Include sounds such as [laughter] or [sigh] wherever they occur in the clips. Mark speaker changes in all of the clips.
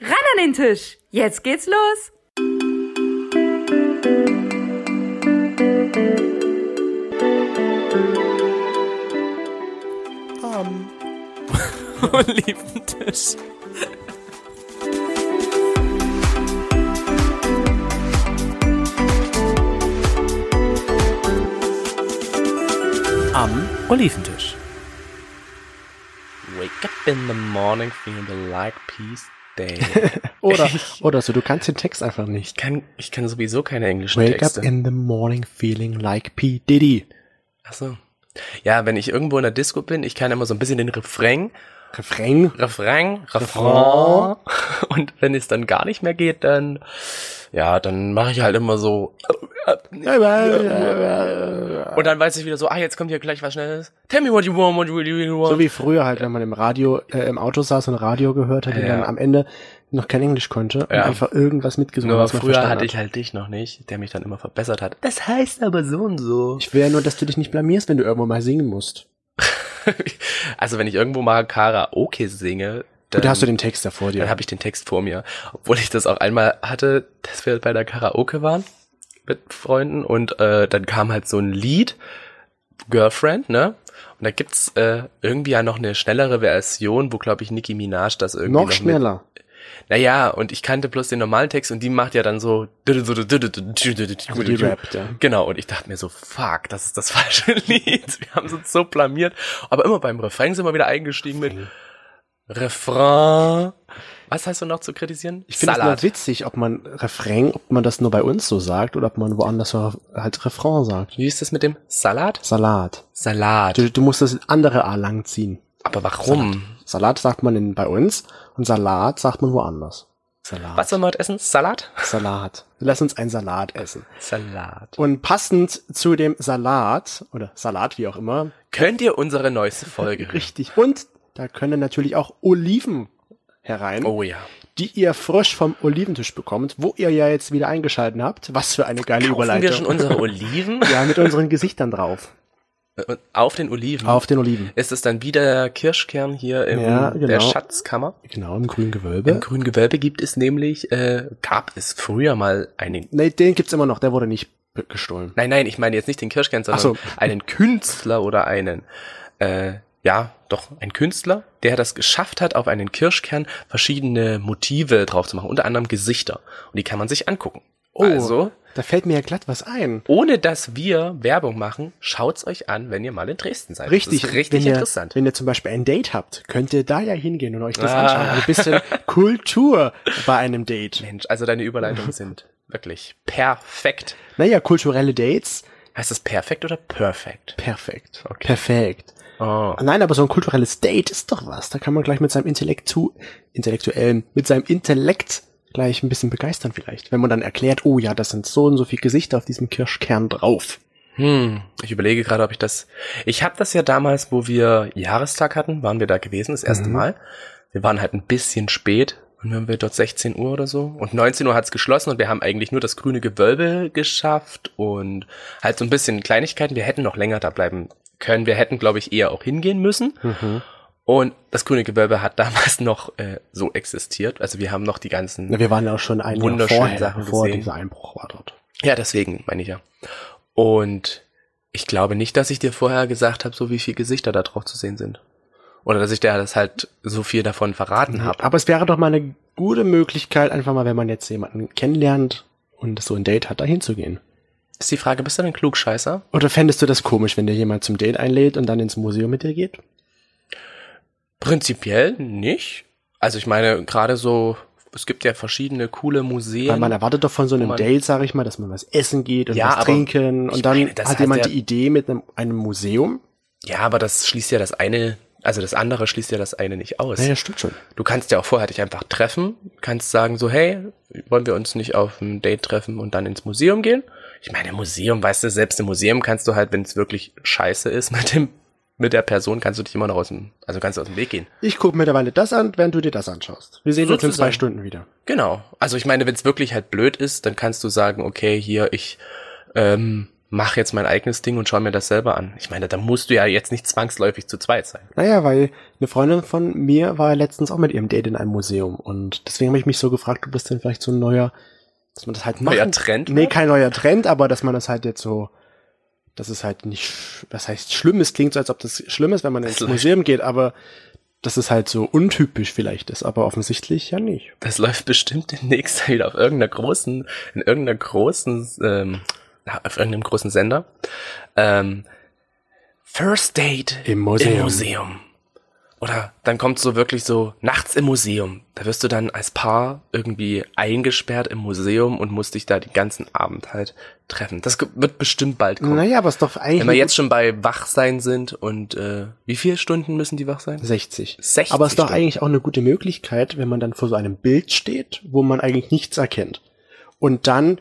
Speaker 1: an den Tisch. Jetzt geht's los.
Speaker 2: und lieben Tisch. Am Oliventisch. Wake up in the morning, feel like peace day.
Speaker 3: Oder, oder so, du kannst den Text
Speaker 2: [laughs]
Speaker 3: einfach
Speaker 2: Ich
Speaker 3: nicht.
Speaker 2: kann, ich kann sowieso keine englischen
Speaker 3: Wake up
Speaker 2: Texte.
Speaker 3: in the morning feeling like P. Diddy.
Speaker 2: Achso. Ja, wenn ich irgendwo in der Disco bin, ich kann immer so ein bisschen den Refrain
Speaker 3: Refrain.
Speaker 2: Refrain, Refrain. Und wenn es dann gar nicht mehr geht, dann, ja, dann mache ich halt immer so. Und dann weiß ich wieder so, ah, jetzt kommt hier gleich was Schnelles. Tell me what you want, what you really want.
Speaker 3: So wie früher halt, wenn man im Radio, äh, im Auto saß und Radio gehört hat und
Speaker 2: Ja.
Speaker 3: dann am Ende noch kein Englisch konnte und
Speaker 2: Ja.
Speaker 3: einfach irgendwas mitgesungen
Speaker 2: Nur
Speaker 3: was man
Speaker 2: früher
Speaker 3: verstanden
Speaker 2: hatte
Speaker 3: hat.
Speaker 2: ich halt dich noch nicht, der mich dann immer verbessert hat. Das heißt aber so und so.
Speaker 3: Ich will ja nur, dass du dich nicht blamierst, wenn du irgendwo mal singen musst.
Speaker 2: [laughs] also wenn ich irgendwo mal Karaoke singe, dann,
Speaker 3: Gut, da hast du den Text da vor dir.
Speaker 2: dann habe ich den Text vor mir. Obwohl ich das auch einmal hatte, dass wir bei der Karaoke waren mit Freunden und äh, dann kam halt so ein Lied, Girlfriend, ne? Und da gibt's äh, irgendwie ja noch eine schnellere Version, wo glaube ich Nicki Minaj das irgendwie
Speaker 3: noch
Speaker 2: mit-
Speaker 3: schneller.
Speaker 2: Naja, und ich kannte bloß den normalen Text und die macht ja dann so.
Speaker 3: Also die rappt, ja.
Speaker 2: Genau, und ich dachte mir so, fuck, das ist das [laughs] falsche Lied. Wir haben es uns so blamiert. Aber immer beim Refrain sind wir wieder eingestiegen mit Refrain. Was hast du noch zu kritisieren?
Speaker 3: Ich finde es mal witzig, ob man Refrain, ob man das nur bei uns so sagt oder ob man woanders halt Refrain sagt.
Speaker 2: Wie ist das mit dem Salat?
Speaker 3: Salat.
Speaker 2: Salat.
Speaker 3: Du, du musst das andere A lang ziehen.
Speaker 2: Aber warum?
Speaker 3: Salat sagt man in, bei uns und Salat sagt man woanders. Salat.
Speaker 2: Was sollen wir heute essen? Salat?
Speaker 3: Salat. Lass uns einen Salat essen.
Speaker 2: Salat.
Speaker 3: Und passend zu dem Salat oder Salat, wie auch immer,
Speaker 2: Könnt ihr unsere neueste Folge?
Speaker 3: [laughs] richtig. Und da können natürlich auch Oliven herein,
Speaker 2: oh ja.
Speaker 3: die ihr frisch vom Oliventisch bekommt, wo ihr ja jetzt wieder eingeschalten habt. Was für eine geile
Speaker 2: Kaufen
Speaker 3: Überleitung.
Speaker 2: wir schon unsere
Speaker 3: [laughs]
Speaker 2: Oliven?
Speaker 3: ja, mit unseren Gesichtern drauf.
Speaker 2: Auf den Oliven.
Speaker 3: Auf den Oliven.
Speaker 2: Ist es dann wieder Kirschkern hier in
Speaker 3: Ja, genau.
Speaker 2: der Schatzkammer?
Speaker 3: Genau, im grünen Gewölbe.
Speaker 2: Im grünen Gewölbe gibt es nämlich, äh, gab es früher mal einen,
Speaker 3: nee, den gibt's immer noch, der wurde nicht be- gestohlen.
Speaker 2: nein, nein, ich meine jetzt nicht den Kirschkern, sondern
Speaker 3: so.
Speaker 2: einen Künstler oder einen, äh, ja, doch, ein Künstler, der das geschafft hat, auf einen Kirschkern verschiedene Motive drauf zu machen, unter anderem Gesichter. Und die kann man sich angucken.
Speaker 3: Oh.
Speaker 2: Also,
Speaker 3: Da fällt mir ja glatt was ein.
Speaker 2: ohne dass wir Werbung machen, schaut's euch an, wenn ihr mal in Dresden seid.
Speaker 3: Richtig,
Speaker 2: das ist richtig
Speaker 3: wenn
Speaker 2: interessant.
Speaker 3: Ihr, wenn ihr zum Beispiel ein Date habt, könnt ihr da ja hingehen und euch das
Speaker 2: Ah.
Speaker 3: anschauen. Ein
Speaker 2: [laughs]
Speaker 3: bisschen Kultur bei einem Date.
Speaker 2: Mensch, also deine
Speaker 3: [laughs]
Speaker 2: Überleitungen sind wirklich perfekt.
Speaker 3: Naja, kulturelle Dates,
Speaker 2: Heißt das perfekt oder perfekt?
Speaker 3: perfekt.
Speaker 2: Okay.
Speaker 3: Perfekt.
Speaker 2: Oh.
Speaker 3: Nein, aber so ein kulturelles Date ist doch was. Da kann man gleich mit seinem Intellektu intellektuellen, mit seinem Intellekt gleich ein bisschen begeistern vielleicht. Wenn man dann erklärt, oh ja, das sind so und so viele Gesichter auf diesem Kirschkern drauf.
Speaker 2: Hm, ich überlege gerade, ob ich das. Ich habe das ja damals, wo wir Jahrestag hatten, waren wir da gewesen, das erste
Speaker 3: Mhm.
Speaker 2: Mal. Wir waren halt ein bisschen spät und dann waren wir dort 16 Uhr oder so. Und 19 Uhr hat's geschlossen und wir haben eigentlich nur das grüne Gewölbe geschafft und halt so ein bisschen Kleinigkeiten. Wir hätten noch länger da bleiben können. Wir hätten, glaube ich, eher auch hingehen müssen.
Speaker 3: Hm.
Speaker 2: Und das grüne Gewölbe hat [laughs] damals noch äh, so existiert. Also wir haben noch die ganzen
Speaker 3: Na, wir waren ja auch schon ein Jahr
Speaker 2: Wunderschöne
Speaker 3: vorher,
Speaker 2: Sachen
Speaker 3: bevor
Speaker 2: gesehen.
Speaker 3: dieser Einbruch war dort.
Speaker 2: Ja, deswegen meine ich ja. Und ich glaube nicht, dass ich dir vorher gesagt habe, so wie viele Gesichter da drauf zu sehen sind. Oder dass ich dir das halt so viel davon verraten habe.
Speaker 3: Aber es wäre doch mal eine gute Möglichkeit, einfach mal, wenn man jetzt jemanden kennenlernt und so ein Date hat, da hinzugehen.
Speaker 2: Ist die Frage, bist du denn Klugscheißer?
Speaker 3: Oder fändest du das komisch, wenn dir jemand zum Date einlädt und dann ins Museum mit dir geht?
Speaker 2: Prinzipiell nicht. Also ich meine, gerade so, es gibt ja verschiedene coole Museen.
Speaker 3: Weil man erwartet doch von so einem
Speaker 2: man-
Speaker 3: Date, sag ich mal, dass man was essen geht und
Speaker 2: Ja,
Speaker 3: was
Speaker 2: aber
Speaker 3: trinken
Speaker 2: ich
Speaker 3: und dann
Speaker 2: meine, das
Speaker 3: hat
Speaker 2: hat
Speaker 3: jemand
Speaker 2: ja-
Speaker 3: die Idee mit einem, einem Museum.
Speaker 2: ja, aber das schließt ja das eine, also das andere schließt ja das eine nicht aus.
Speaker 3: Naja, stimmt schon.
Speaker 2: Du kannst ja auch vorher dich einfach treffen, kannst sagen so, hey, wollen wir uns nicht auf ein Date treffen und dann ins Museum gehen? Ich meine, Museum, weißt du, selbst im Museum kannst du halt, wenn es wirklich scheiße ist mit dem, mit der Person, kannst du dich immer noch aus dem, also kannst du aus dem Weg gehen.
Speaker 3: Ich gucke mittlerweile das an, während du dir das anschaust. Wir sehen uns in zwei
Speaker 2: Sozusagen.
Speaker 3: Stunden wieder.
Speaker 2: Genau. Also ich meine, wenn es wirklich halt blöd ist, dann kannst du sagen, okay, hier, ich ähm, mach jetzt mein eigenes Ding und schau mir das selber an. Ich meine, da musst du ja jetzt nicht zwangsläufig zu zweit sein.
Speaker 3: Naja, weil eine Freundin von mir war letztens auch mit ihrem Date in einem Museum und deswegen habe ich mich so gefragt, ob das denn vielleicht so ein neuer, dass man das halt machen,
Speaker 2: Neuer Trend
Speaker 3: Nee,
Speaker 2: wird?
Speaker 3: kein neuer Trend, aber dass man das halt jetzt so, dass es halt nicht, sch- was heißt schlimm, es klingt so, als ob das schlimm ist, wenn man ins
Speaker 2: läuft.
Speaker 3: Museum geht, aber dass es halt so untypisch vielleicht ist, aber offensichtlich ja nicht.
Speaker 2: Das läuft bestimmt demnächst wieder auf irgendeiner großen, in irgendeiner großen, ähm, na, auf irgendeinem großen Sender. Ähm, First Date
Speaker 3: Im Museum.
Speaker 2: Im Museum. Oder dann kommt so wirklich so nachts im Museum. Da wirst du dann als Paar irgendwie eingesperrt im Museum und musst dich da den ganzen Abend halt treffen. Das ge- wird bestimmt bald kommen.
Speaker 3: Naja, aber es ist doch eigentlich
Speaker 2: Wenn wir jetzt schon bei Wachsein sind und äh, wie viele Stunden müssen die wach sein?
Speaker 3: 60.
Speaker 2: 60
Speaker 3: Aber es ist doch
Speaker 2: Stunden.
Speaker 3: eigentlich auch eine gute Möglichkeit, wenn man dann vor so einem Bild steht, wo man eigentlich nichts erkennt. Und dann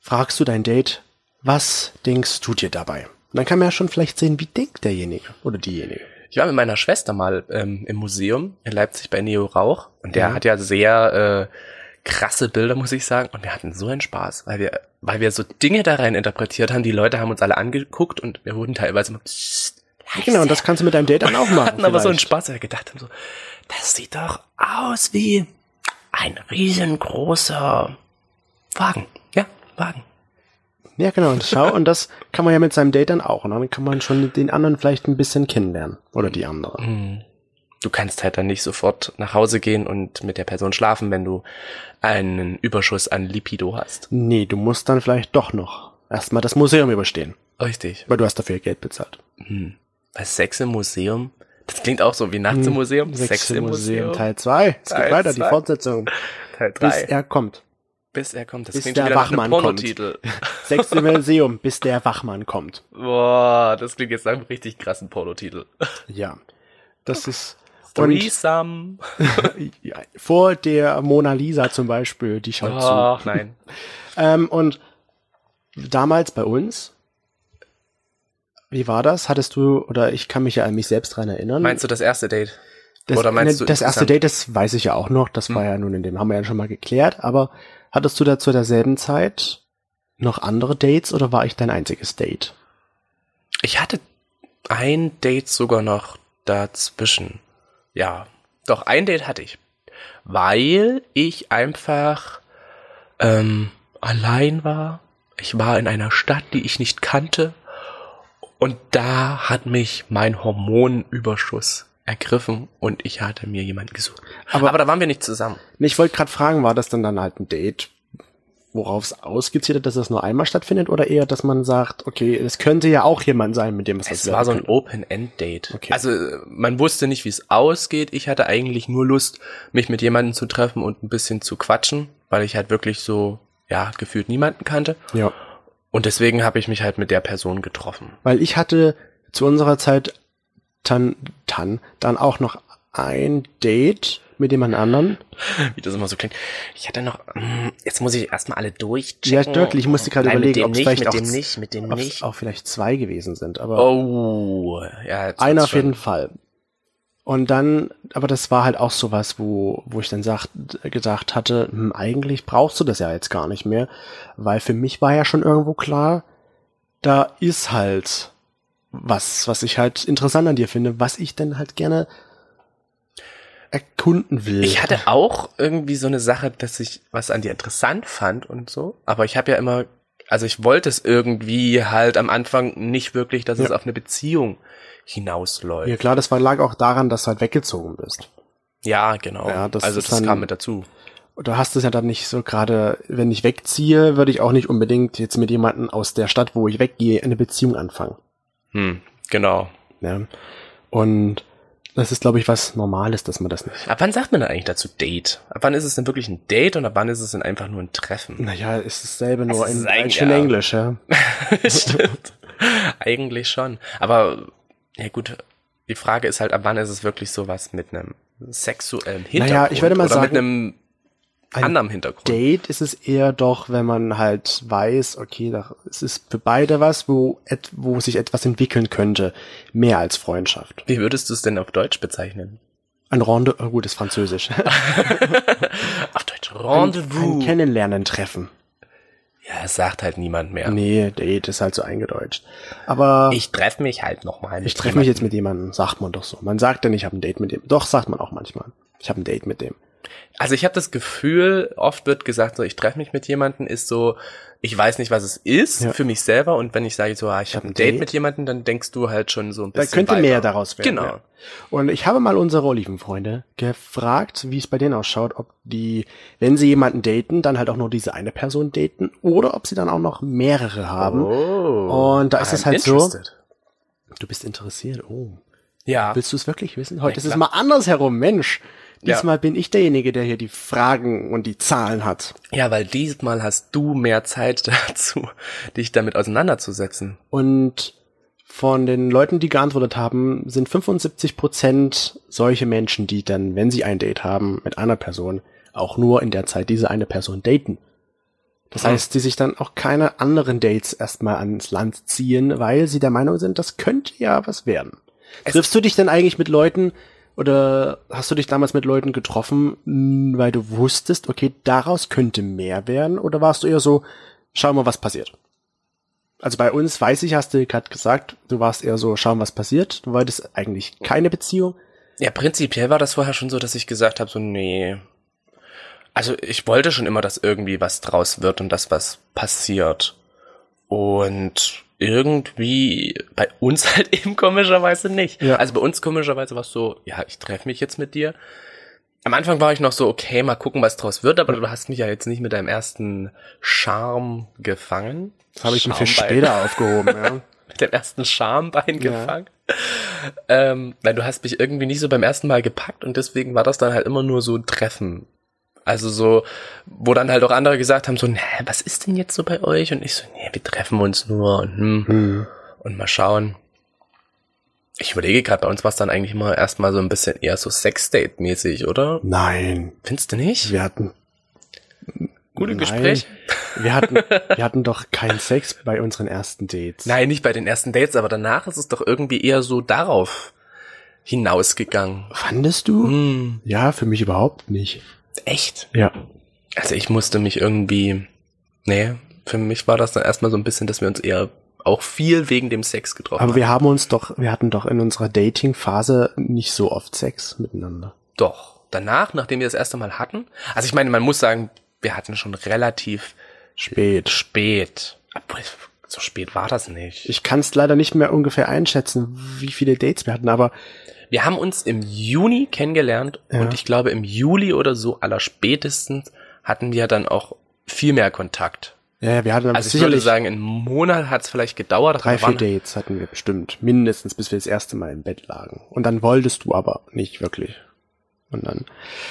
Speaker 3: fragst du dein Date, was denkst du dir dabei? Und dann kann man ja schon vielleicht sehen, wie denkt derjenige oder diejenige.
Speaker 2: Ich war mit meiner Schwester mal ähm, im Museum in Leipzig bei Neo Rauch und der
Speaker 3: Mhm.
Speaker 2: hat ja sehr äh, krasse Bilder, muss ich sagen. Und wir hatten so einen Spaß, weil wir, weil wir so Dinge da rein interpretiert haben. Die Leute haben uns alle angeguckt und wir wurden teilweise immer pssst, leise.
Speaker 3: Genau, und das kannst du mit deinem Date
Speaker 2: [laughs]
Speaker 3: dann auch machen.
Speaker 2: hatten aber so einen
Speaker 3: vielleicht.
Speaker 2: Spaß, weil wir gedacht haben so, das sieht doch aus wie ein riesengroßer Wagen. Ja, Wagen.
Speaker 3: Ja, genau. Und schau, und das kann man ja mit seinem Date dann auch. Und dann kann man schon den anderen vielleicht ein bisschen kennenlernen. Oder die andere.
Speaker 2: Hm. Du kannst halt dann nicht sofort nach Hause gehen und mit der Person schlafen, wenn du einen Überschuss an Lipido hast.
Speaker 3: Nee, du musst dann vielleicht doch noch erstmal das Museum überstehen.
Speaker 2: Richtig.
Speaker 3: Weil du hast dafür Geld bezahlt.
Speaker 2: Hm. Bei Sex im Museum, das klingt auch so wie Nachts
Speaker 3: Hm.
Speaker 2: im Museum. Sex, im Museum, Teil,
Speaker 3: Teil 2. Es
Speaker 2: Teil
Speaker 3: geht weiter, die
Speaker 2: zwei.
Speaker 3: Fortsetzung. Bis
Speaker 2: 3.
Speaker 3: er kommt.
Speaker 2: Bis er kommt. Das
Speaker 3: bis
Speaker 2: klingt
Speaker 3: der
Speaker 2: schon wieder nach einem
Speaker 3: Wachmann kommt.
Speaker 2: Pornotitel.
Speaker 3: Sex
Speaker 2: [laughs]
Speaker 3: im Museum, bis der Wachmann kommt.
Speaker 2: Boah, das klingt jetzt nach einem richtig krassen Pornotitel.
Speaker 3: Ja. Das ist. Und
Speaker 2: Threesome.
Speaker 3: ja, vor der Mona Lisa zum Beispiel, die schaut zu.
Speaker 2: Oh, nein.
Speaker 3: Ähm, und damals bei uns, wie war das? Hattest du, oder ich kann mich ja an mich selbst dran erinnern.
Speaker 2: Meinst du das erste Date?
Speaker 3: das, ne,
Speaker 2: oder meinst du
Speaker 3: das erste
Speaker 2: insgesamt? Hm.
Speaker 3: Date, das weiß ich ja auch noch, das war ja nun in dem, haben wir ja schon mal geklärt, aber hattest du da zu derselben Zeit noch andere Dates oder war ich dein einziges Date?
Speaker 2: Ich hatte ein Date sogar noch dazwischen. Ja, doch ein Date hatte ich, weil ich einfach ähm, allein war. Ich war in einer Stadt, die ich nicht kannte, und da hat mich mein Hormonüberschuss ergriffen und ich hatte mir jemanden gesucht.
Speaker 3: Aber-
Speaker 2: Aber, da waren wir nicht zusammen.
Speaker 3: Nee, Ich wollte gerade fragen, war das denn dann halt ein Date, worauf es ausgezielt hat, dass das nur einmal stattfindet oder eher, dass man sagt, okay, es könnte ja auch jemand sein, mit dem es
Speaker 2: Es
Speaker 3: das
Speaker 2: war so
Speaker 3: werden
Speaker 2: ein Open-End-Date.
Speaker 3: Okay.
Speaker 2: Also äh, man wusste nicht, wie es ausgeht. Ich hatte eigentlich nur Lust, mich mit jemandem zu treffen und ein bisschen zu quatschen, weil ich halt wirklich so, ja, gefühlt niemanden kannte.
Speaker 3: kann. Ja.
Speaker 2: Und deswegen habe ich mich halt mit der Person getroffen.
Speaker 3: Weil ich hatte zu unserer Zeit dann, dann, dann auch noch ein Date mit jemand anderen.
Speaker 2: Wie das immer so klingt. Ich hatte noch, mm, jetzt muss ich erstmal alle
Speaker 3: Ja,
Speaker 2: durchchecken.
Speaker 3: wirklich, ich musste gerade
Speaker 2: Nein,
Speaker 3: überlegen,
Speaker 2: mit dem
Speaker 3: ob es
Speaker 2: nicht,
Speaker 3: vielleicht
Speaker 2: mit
Speaker 3: auch,
Speaker 2: dem nicht, mit dem
Speaker 3: ob's
Speaker 2: nicht.
Speaker 3: auch vielleicht zwei gewesen sind, aber
Speaker 2: Oh, ja. jetzt
Speaker 3: einer
Speaker 2: wird's
Speaker 3: auf jeden
Speaker 2: schon.
Speaker 3: Fall. Und dann, aber das war halt auch sowas, wo, wo ich dann sagt, gedacht hatte, hm, eigentlich brauchst du das ja jetzt gar nicht mehr, weil für mich war ja schon irgendwo klar, da ist halt was, was ich halt interessant an dir finde, was ich denn halt gerne erkunden will.
Speaker 2: Ich hatte auch irgendwie so eine Sache, dass ich was an dir interessant fand und so, aber ich habe ja immer, also ich wollte es irgendwie halt am Anfang nicht wirklich, dass es
Speaker 3: Ja.
Speaker 2: auf eine Beziehung hinausläuft.
Speaker 3: ja klar, das war, lag auch daran, dass du halt weggezogen bist.
Speaker 2: Ja, genau.
Speaker 3: Ja, das
Speaker 2: also
Speaker 3: ist
Speaker 2: das
Speaker 3: dann-
Speaker 2: kam mit dazu.
Speaker 3: Und Du hast es ja dann nicht so gerade, wenn ich wegziehe, würde ich auch nicht unbedingt jetzt mit jemandem aus der Stadt, wo ich weggehe, eine Beziehung anfangen.
Speaker 2: Hm, genau.
Speaker 3: Ja. Und das ist, glaube ich, was Normales, dass man das nicht.
Speaker 2: Ab wann sagt man denn eigentlich dazu Date? Ab wann ist es denn wirklich ein Date und ab wann ist es denn einfach nur ein Treffen?
Speaker 3: Naja, es ist dasselbe, nur
Speaker 2: Es
Speaker 3: in,
Speaker 2: ist ein-
Speaker 3: schön
Speaker 2: ja.
Speaker 3: Englisch, ja.
Speaker 2: [laughs] Stimmt. Eigentlich schon. Aber ja gut, die Frage ist halt, ab wann ist es wirklich sowas mit einem sexuellen Hintergrund?
Speaker 3: ich würde mal
Speaker 2: oder mit
Speaker 3: sagen,
Speaker 2: einem
Speaker 3: ein
Speaker 2: anderem Hintergrund.
Speaker 3: Date ist es eher doch, wenn man halt weiß, okay, da, es ist für beide was, wo, et, wo sich etwas entwickeln könnte. Mehr als Freundschaft.
Speaker 2: Wie würdest du es denn auf Deutsch bezeichnen?
Speaker 3: Ein Rendezvous, oh gut, ist [laughs] Französisch.
Speaker 2: Auf Deutsch
Speaker 3: Ein Kennenlernen treffen.
Speaker 2: Ja, es sagt halt niemand mehr.
Speaker 3: Nee, Date ist halt so eingedeutscht. Aber ich,
Speaker 2: Ich treffe mich halt nochmal.
Speaker 3: treffe mich jetzt mit jemandem, sagt man doch so. Man sagt denn, ich habe ein Date mit dem. Doch, sagt man auch manchmal. Ich habe ein Date mit dem.
Speaker 2: Also ich habe das Gefühl, oft wird gesagt, so ich treffe mich mit jemandem, ist so, ich weiß nicht, was es ist
Speaker 3: Ja.
Speaker 2: für mich selber. Und wenn ich sage, so, ah, ich habe ein Date
Speaker 3: Date.
Speaker 2: mit jemandem, dann denkst du halt schon so ein
Speaker 3: Da
Speaker 2: bisschen.
Speaker 3: könnte
Speaker 2: weiter.
Speaker 3: mehr daraus werden.
Speaker 2: Genau.
Speaker 3: ja. Und ich habe mal unsere Olivenfreunde gefragt, wie es bei denen ausschaut, ob die, wenn sie jemanden daten, dann halt auch nur diese eine Person daten oder ob sie dann auch noch mehrere haben.
Speaker 2: Oh.
Speaker 3: Und da ist
Speaker 2: I'm
Speaker 3: es halt so-
Speaker 2: interested.
Speaker 3: Du bist interessiert. Oh.
Speaker 2: Ja.
Speaker 3: Willst du es wirklich wissen? Heute
Speaker 2: Ja,
Speaker 3: ist es
Speaker 2: klar.
Speaker 3: mal andersherum, Mensch.
Speaker 2: Ja.
Speaker 3: Diesmal bin ich derjenige, der hier die Fragen und die Zahlen hat.
Speaker 2: Ja, weil diesmal hast du mehr Zeit [laughs] dazu, dich damit auseinanderzusetzen.
Speaker 3: Und von den Leuten, die geantwortet haben, sind 75 Prozent solche Menschen, die dann, wenn sie ein Date haben mit einer Person, auch nur in der Zeit diese eine Person daten. Das
Speaker 2: Hm.
Speaker 3: heißt, die sich dann auch keine anderen Dates erstmal ans Land ziehen, weil sie der Meinung sind, das könnte ja was werden.
Speaker 2: Es-
Speaker 3: Triffst du dich denn eigentlich mit Leuten oder hast du dich damals mit Leuten getroffen, mh, weil du wusstest, okay, daraus könnte mehr werden? Oder warst du eher so, schau mal, was passiert? Also bei uns, weiß ich, hast du gerade gesagt, du warst eher so, schauen, was passiert. Du wolltest eigentlich keine Beziehung.
Speaker 2: Ja, prinzipiell war das vorher schon so, dass ich gesagt habe, so, nee. Also ich wollte schon immer, dass irgendwie was draus wird und dass was passiert. Und irgendwie bei uns [laughs] halt eben komischerweise nicht.
Speaker 3: Ja.
Speaker 2: Also bei uns komischerweise war es so, ja, ich treffe mich jetzt mit dir. Am Anfang war ich noch so, okay, mal gucken, was draus wird, aber du hast mich ja jetzt nicht mit deinem ersten Charme gefangen.
Speaker 3: Das habe ich mir für
Speaker 2: Schambein
Speaker 3: später [laughs] aufgehoben. Ja.
Speaker 2: mit dem ersten Schambein
Speaker 3: Ja.
Speaker 2: gefangen. Ähm, weil du hast mich irgendwie nicht so beim ersten Mal gepackt und deswegen war das dann halt immer nur so ein Treffen. Also so, wo dann halt auch andere gesagt haben, so, "Nä, was ist denn jetzt so bei euch? Und ich so, nee, wir treffen uns nur und, hm,
Speaker 3: Hm.
Speaker 2: und mal schauen. Ich überlege gerade, bei uns war es dann eigentlich immer erstmal so ein bisschen eher so Sexdate-mäßig, oder?
Speaker 3: Nein,
Speaker 2: Findest du nicht?
Speaker 3: wir hatten
Speaker 2: Gute
Speaker 3: Nein.
Speaker 2: Gespräche?
Speaker 3: Wir hatten, [laughs] wir hatten doch keinen Sex bei unseren ersten Dates.
Speaker 2: Nein, nicht bei den ersten Dates, aber danach ist es doch irgendwie eher so darauf hinausgegangen.
Speaker 3: Fandest du?
Speaker 2: Hm,
Speaker 3: Ja, für mich überhaupt nicht.
Speaker 2: echt?
Speaker 3: Ja.
Speaker 2: Also ich musste mich irgendwie, nee, für mich war das dann erstmal so ein bisschen, dass wir uns eher auch viel wegen dem Sex getroffen
Speaker 3: Aber
Speaker 2: haben.
Speaker 3: wir haben uns doch, wir hatten doch in unserer Dating-Phase nicht so oft Sex miteinander.
Speaker 2: Doch, danach, nachdem wir das erste Mal hatten, also ich meine, man muss sagen, wir hatten schon relativ
Speaker 3: Spät.
Speaker 2: spät, obwohl so spät war das nicht.
Speaker 3: Ich kann es leider nicht mehr ungefähr einschätzen, wie viele Dates wir hatten, aber
Speaker 2: Wir haben uns im Juni kennengelernt
Speaker 3: Ja.
Speaker 2: und ich glaube im Juli oder so allerspätestens hatten wir dann auch viel mehr Kontakt.
Speaker 3: ja, ja, wir hatten
Speaker 2: Also ich würde
Speaker 3: sicherlich
Speaker 2: sagen, einen Monat hat es vielleicht gedauert.
Speaker 3: drei,
Speaker 2: aber
Speaker 3: vier
Speaker 2: waren-
Speaker 3: Dates hatten wir bestimmt. Mindestens, bis wir das erste Mal im Bett lagen. Und dann wolltest du aber nicht wirklich. Und dann,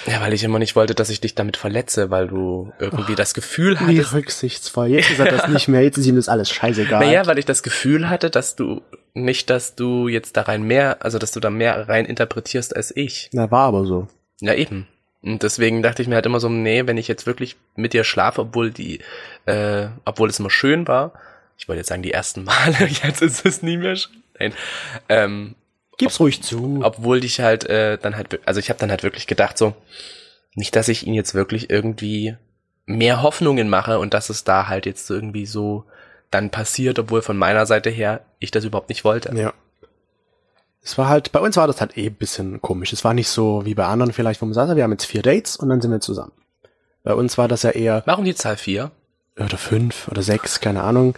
Speaker 2: Ja, weil ich immer nicht wollte, dass ich dich damit verletze, weil du irgendwie Ah, das Gefühl
Speaker 3: wie
Speaker 2: hattest.
Speaker 3: rücksichtsvoll. Jetzt ist er das nicht mehr, jetzt ist ihm das
Speaker 2: [laughs]
Speaker 3: alles scheißegal.
Speaker 2: Naja, weil ich das Gefühl hatte, dass du nicht, dass du jetzt da rein mehr, also dass du da mehr rein interpretierst als ich.
Speaker 3: Na, war aber so.
Speaker 2: Ja, eben. Und deswegen dachte ich mir halt immer so, nee, wenn ich jetzt wirklich mit dir schlafe, obwohl die, äh, obwohl es immer schön war, ich wollte jetzt sagen die ersten [laughs] Male, jetzt ist es nie mehr schön. Nein. Ähm,
Speaker 3: Gib's ruhig zu.
Speaker 2: obwohl ich halt äh, dann halt, also ich habe dann halt wirklich gedacht so, nicht, dass ich ihn jetzt wirklich irgendwie mehr Hoffnungen mache und dass es da halt jetzt so irgendwie so dann passiert, obwohl von meiner Seite her ich das überhaupt nicht wollte.
Speaker 3: Ja. Es war halt, bei uns war das halt eh ein bisschen komisch. Es war nicht so wie bei anderen vielleicht, wo man sagt, wir haben jetzt vier Dates und dann sind wir zusammen. Bei uns war das ja eher,
Speaker 2: Warum um die Zahl vier?
Speaker 3: oder fünf oder sechs, keine Ahnung.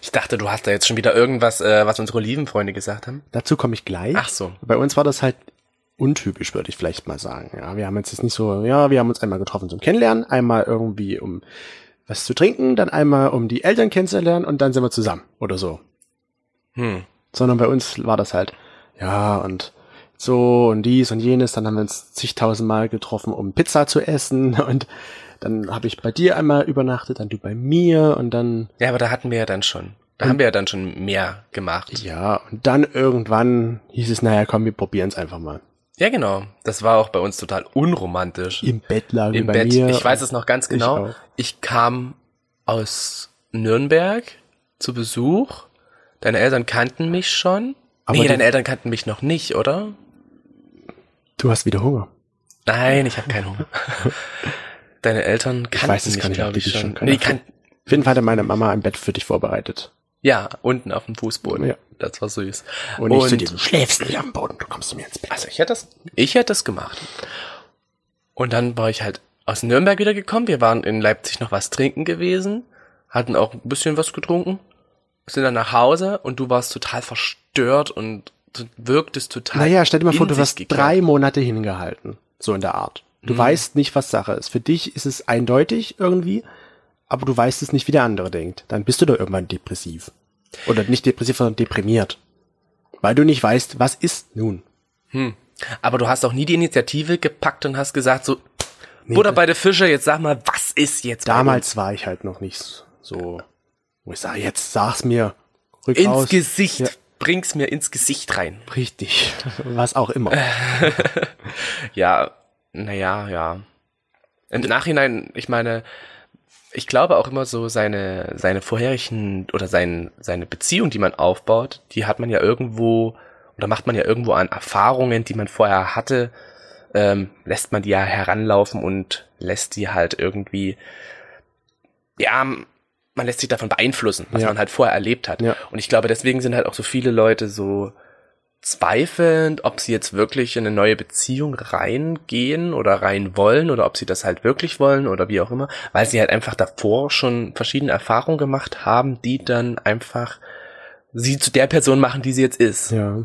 Speaker 2: Ich dachte, du hast da jetzt schon wieder irgendwas, äh, was unsere lieben Freunde gesagt haben.
Speaker 3: Dazu komme ich gleich.
Speaker 2: Ach so.
Speaker 3: Bei uns war das halt untypisch, würde ich vielleicht mal sagen. Ja, wir haben jetzt jetzt nicht so, ja, wir haben uns einmal getroffen zum Kennenlernen, einmal irgendwie um was zu trinken, dann einmal um die Eltern kennenzulernen und dann sind wir zusammen oder so.
Speaker 2: Hm.
Speaker 3: Sondern bei uns war das halt, ja, und so und dies und jenes, dann haben wir uns zigtausendmal getroffen, um Pizza zu essen [laughs] und dann habe ich bei dir einmal übernachtet, dann du bei mir und dann
Speaker 2: Ja, aber da hatten wir ja dann schon. Da haben wir ja dann schon mehr gemacht.
Speaker 3: ja, und dann irgendwann hieß es, naja, komm, wir probieren es einfach mal.
Speaker 2: Ja, genau. Das war auch bei uns total unromantisch.
Speaker 3: Im Bett lagen
Speaker 2: Im
Speaker 3: wir bei
Speaker 2: Bett.
Speaker 3: mir.
Speaker 2: ich weiß es noch ganz
Speaker 3: Ich
Speaker 2: genau.
Speaker 3: auch.
Speaker 2: Ich, kam aus Nürnberg zu Besuch. Deine Eltern kannten mich schon.
Speaker 3: Aber
Speaker 2: nee,
Speaker 3: die-
Speaker 2: deine Eltern kannten mich noch nicht, oder?
Speaker 3: Du hast wieder Hunger. [laughs]
Speaker 2: Nein, ich habe keinen Hunger. Deine Eltern kannten
Speaker 3: weiß es
Speaker 2: mich,
Speaker 3: gar nicht, ob
Speaker 2: glaube
Speaker 3: die
Speaker 2: ich,
Speaker 3: dich schon
Speaker 2: schon.
Speaker 3: kannten.
Speaker 2: nee, kannten.
Speaker 3: Auf jeden Fall hatte meine Mama ein Bett für dich vorbereitet.
Speaker 2: Ja, unten auf dem Fußboden.
Speaker 3: Ja.
Speaker 2: Das war süß.
Speaker 3: Und, ich zu dir, du schläfst nicht am Boden, du kommst zu mir ins Bett.
Speaker 2: Also ich hätte das, ich hätte das gemacht. Und dann war ich halt aus Nürnberg wieder gekommen. Wir waren in Leipzig noch was trinken gewesen, hatten auch ein bisschen was getrunken, sind dann nach Hause und du warst total verstört und du wirktest total.
Speaker 3: Naja, stell dir mal
Speaker 2: in
Speaker 3: vor, du
Speaker 2: sich Mhm.
Speaker 3: wirst
Speaker 2: gekehrt.
Speaker 3: drei Monate hingehalten. So in der Art. Du weißt nicht, was Sache ist. Für dich ist es eindeutig irgendwie, aber du weißt es nicht, wie der andere denkt. Dann bist du doch irgendwann depressiv. Oder nicht depressiv, sondern deprimiert. Weil du nicht weißt, was ist nun.
Speaker 2: Aber du hast auch nie die Initiative gepackt und hast gesagt so, Butter bei der Fische, jetzt sag mal, was ist jetzt bei
Speaker 3: Damals war ich halt noch nicht so, wo ich sage, jetzt sag's mir. Rück
Speaker 2: uns? Ins
Speaker 3: raus.
Speaker 2: Gesicht.
Speaker 3: Ja,
Speaker 2: Bring's mir ins Gesicht rein.
Speaker 3: richtig. [laughs] Was auch immer.
Speaker 2: Äh. Ja, naja, ja. Im Nachhinein, ich meine, ich glaube auch immer so seine, seine vorherigen oder sein, seine Beziehung, die man aufbaut, die hat man ja irgendwo oder macht man ja irgendwo an Erfahrungen, die man vorher hatte, ähm, lässt man die ja heranlaufen und lässt die halt irgendwie, ja, man lässt sich davon beeinflussen, was
Speaker 3: Ja.
Speaker 2: man halt vorher erlebt hat.
Speaker 3: Ja.
Speaker 2: Und ich glaube, deswegen sind halt auch so viele Leute so zweifelnd, ob sie jetzt wirklich in eine neue Beziehung reingehen oder rein wollen oder ob sie das halt wirklich wollen oder wie auch immer, weil sie halt einfach davor schon verschiedene Erfahrungen gemacht haben, die dann einfach sie zu der Person machen, die sie jetzt ist.
Speaker 3: Ja.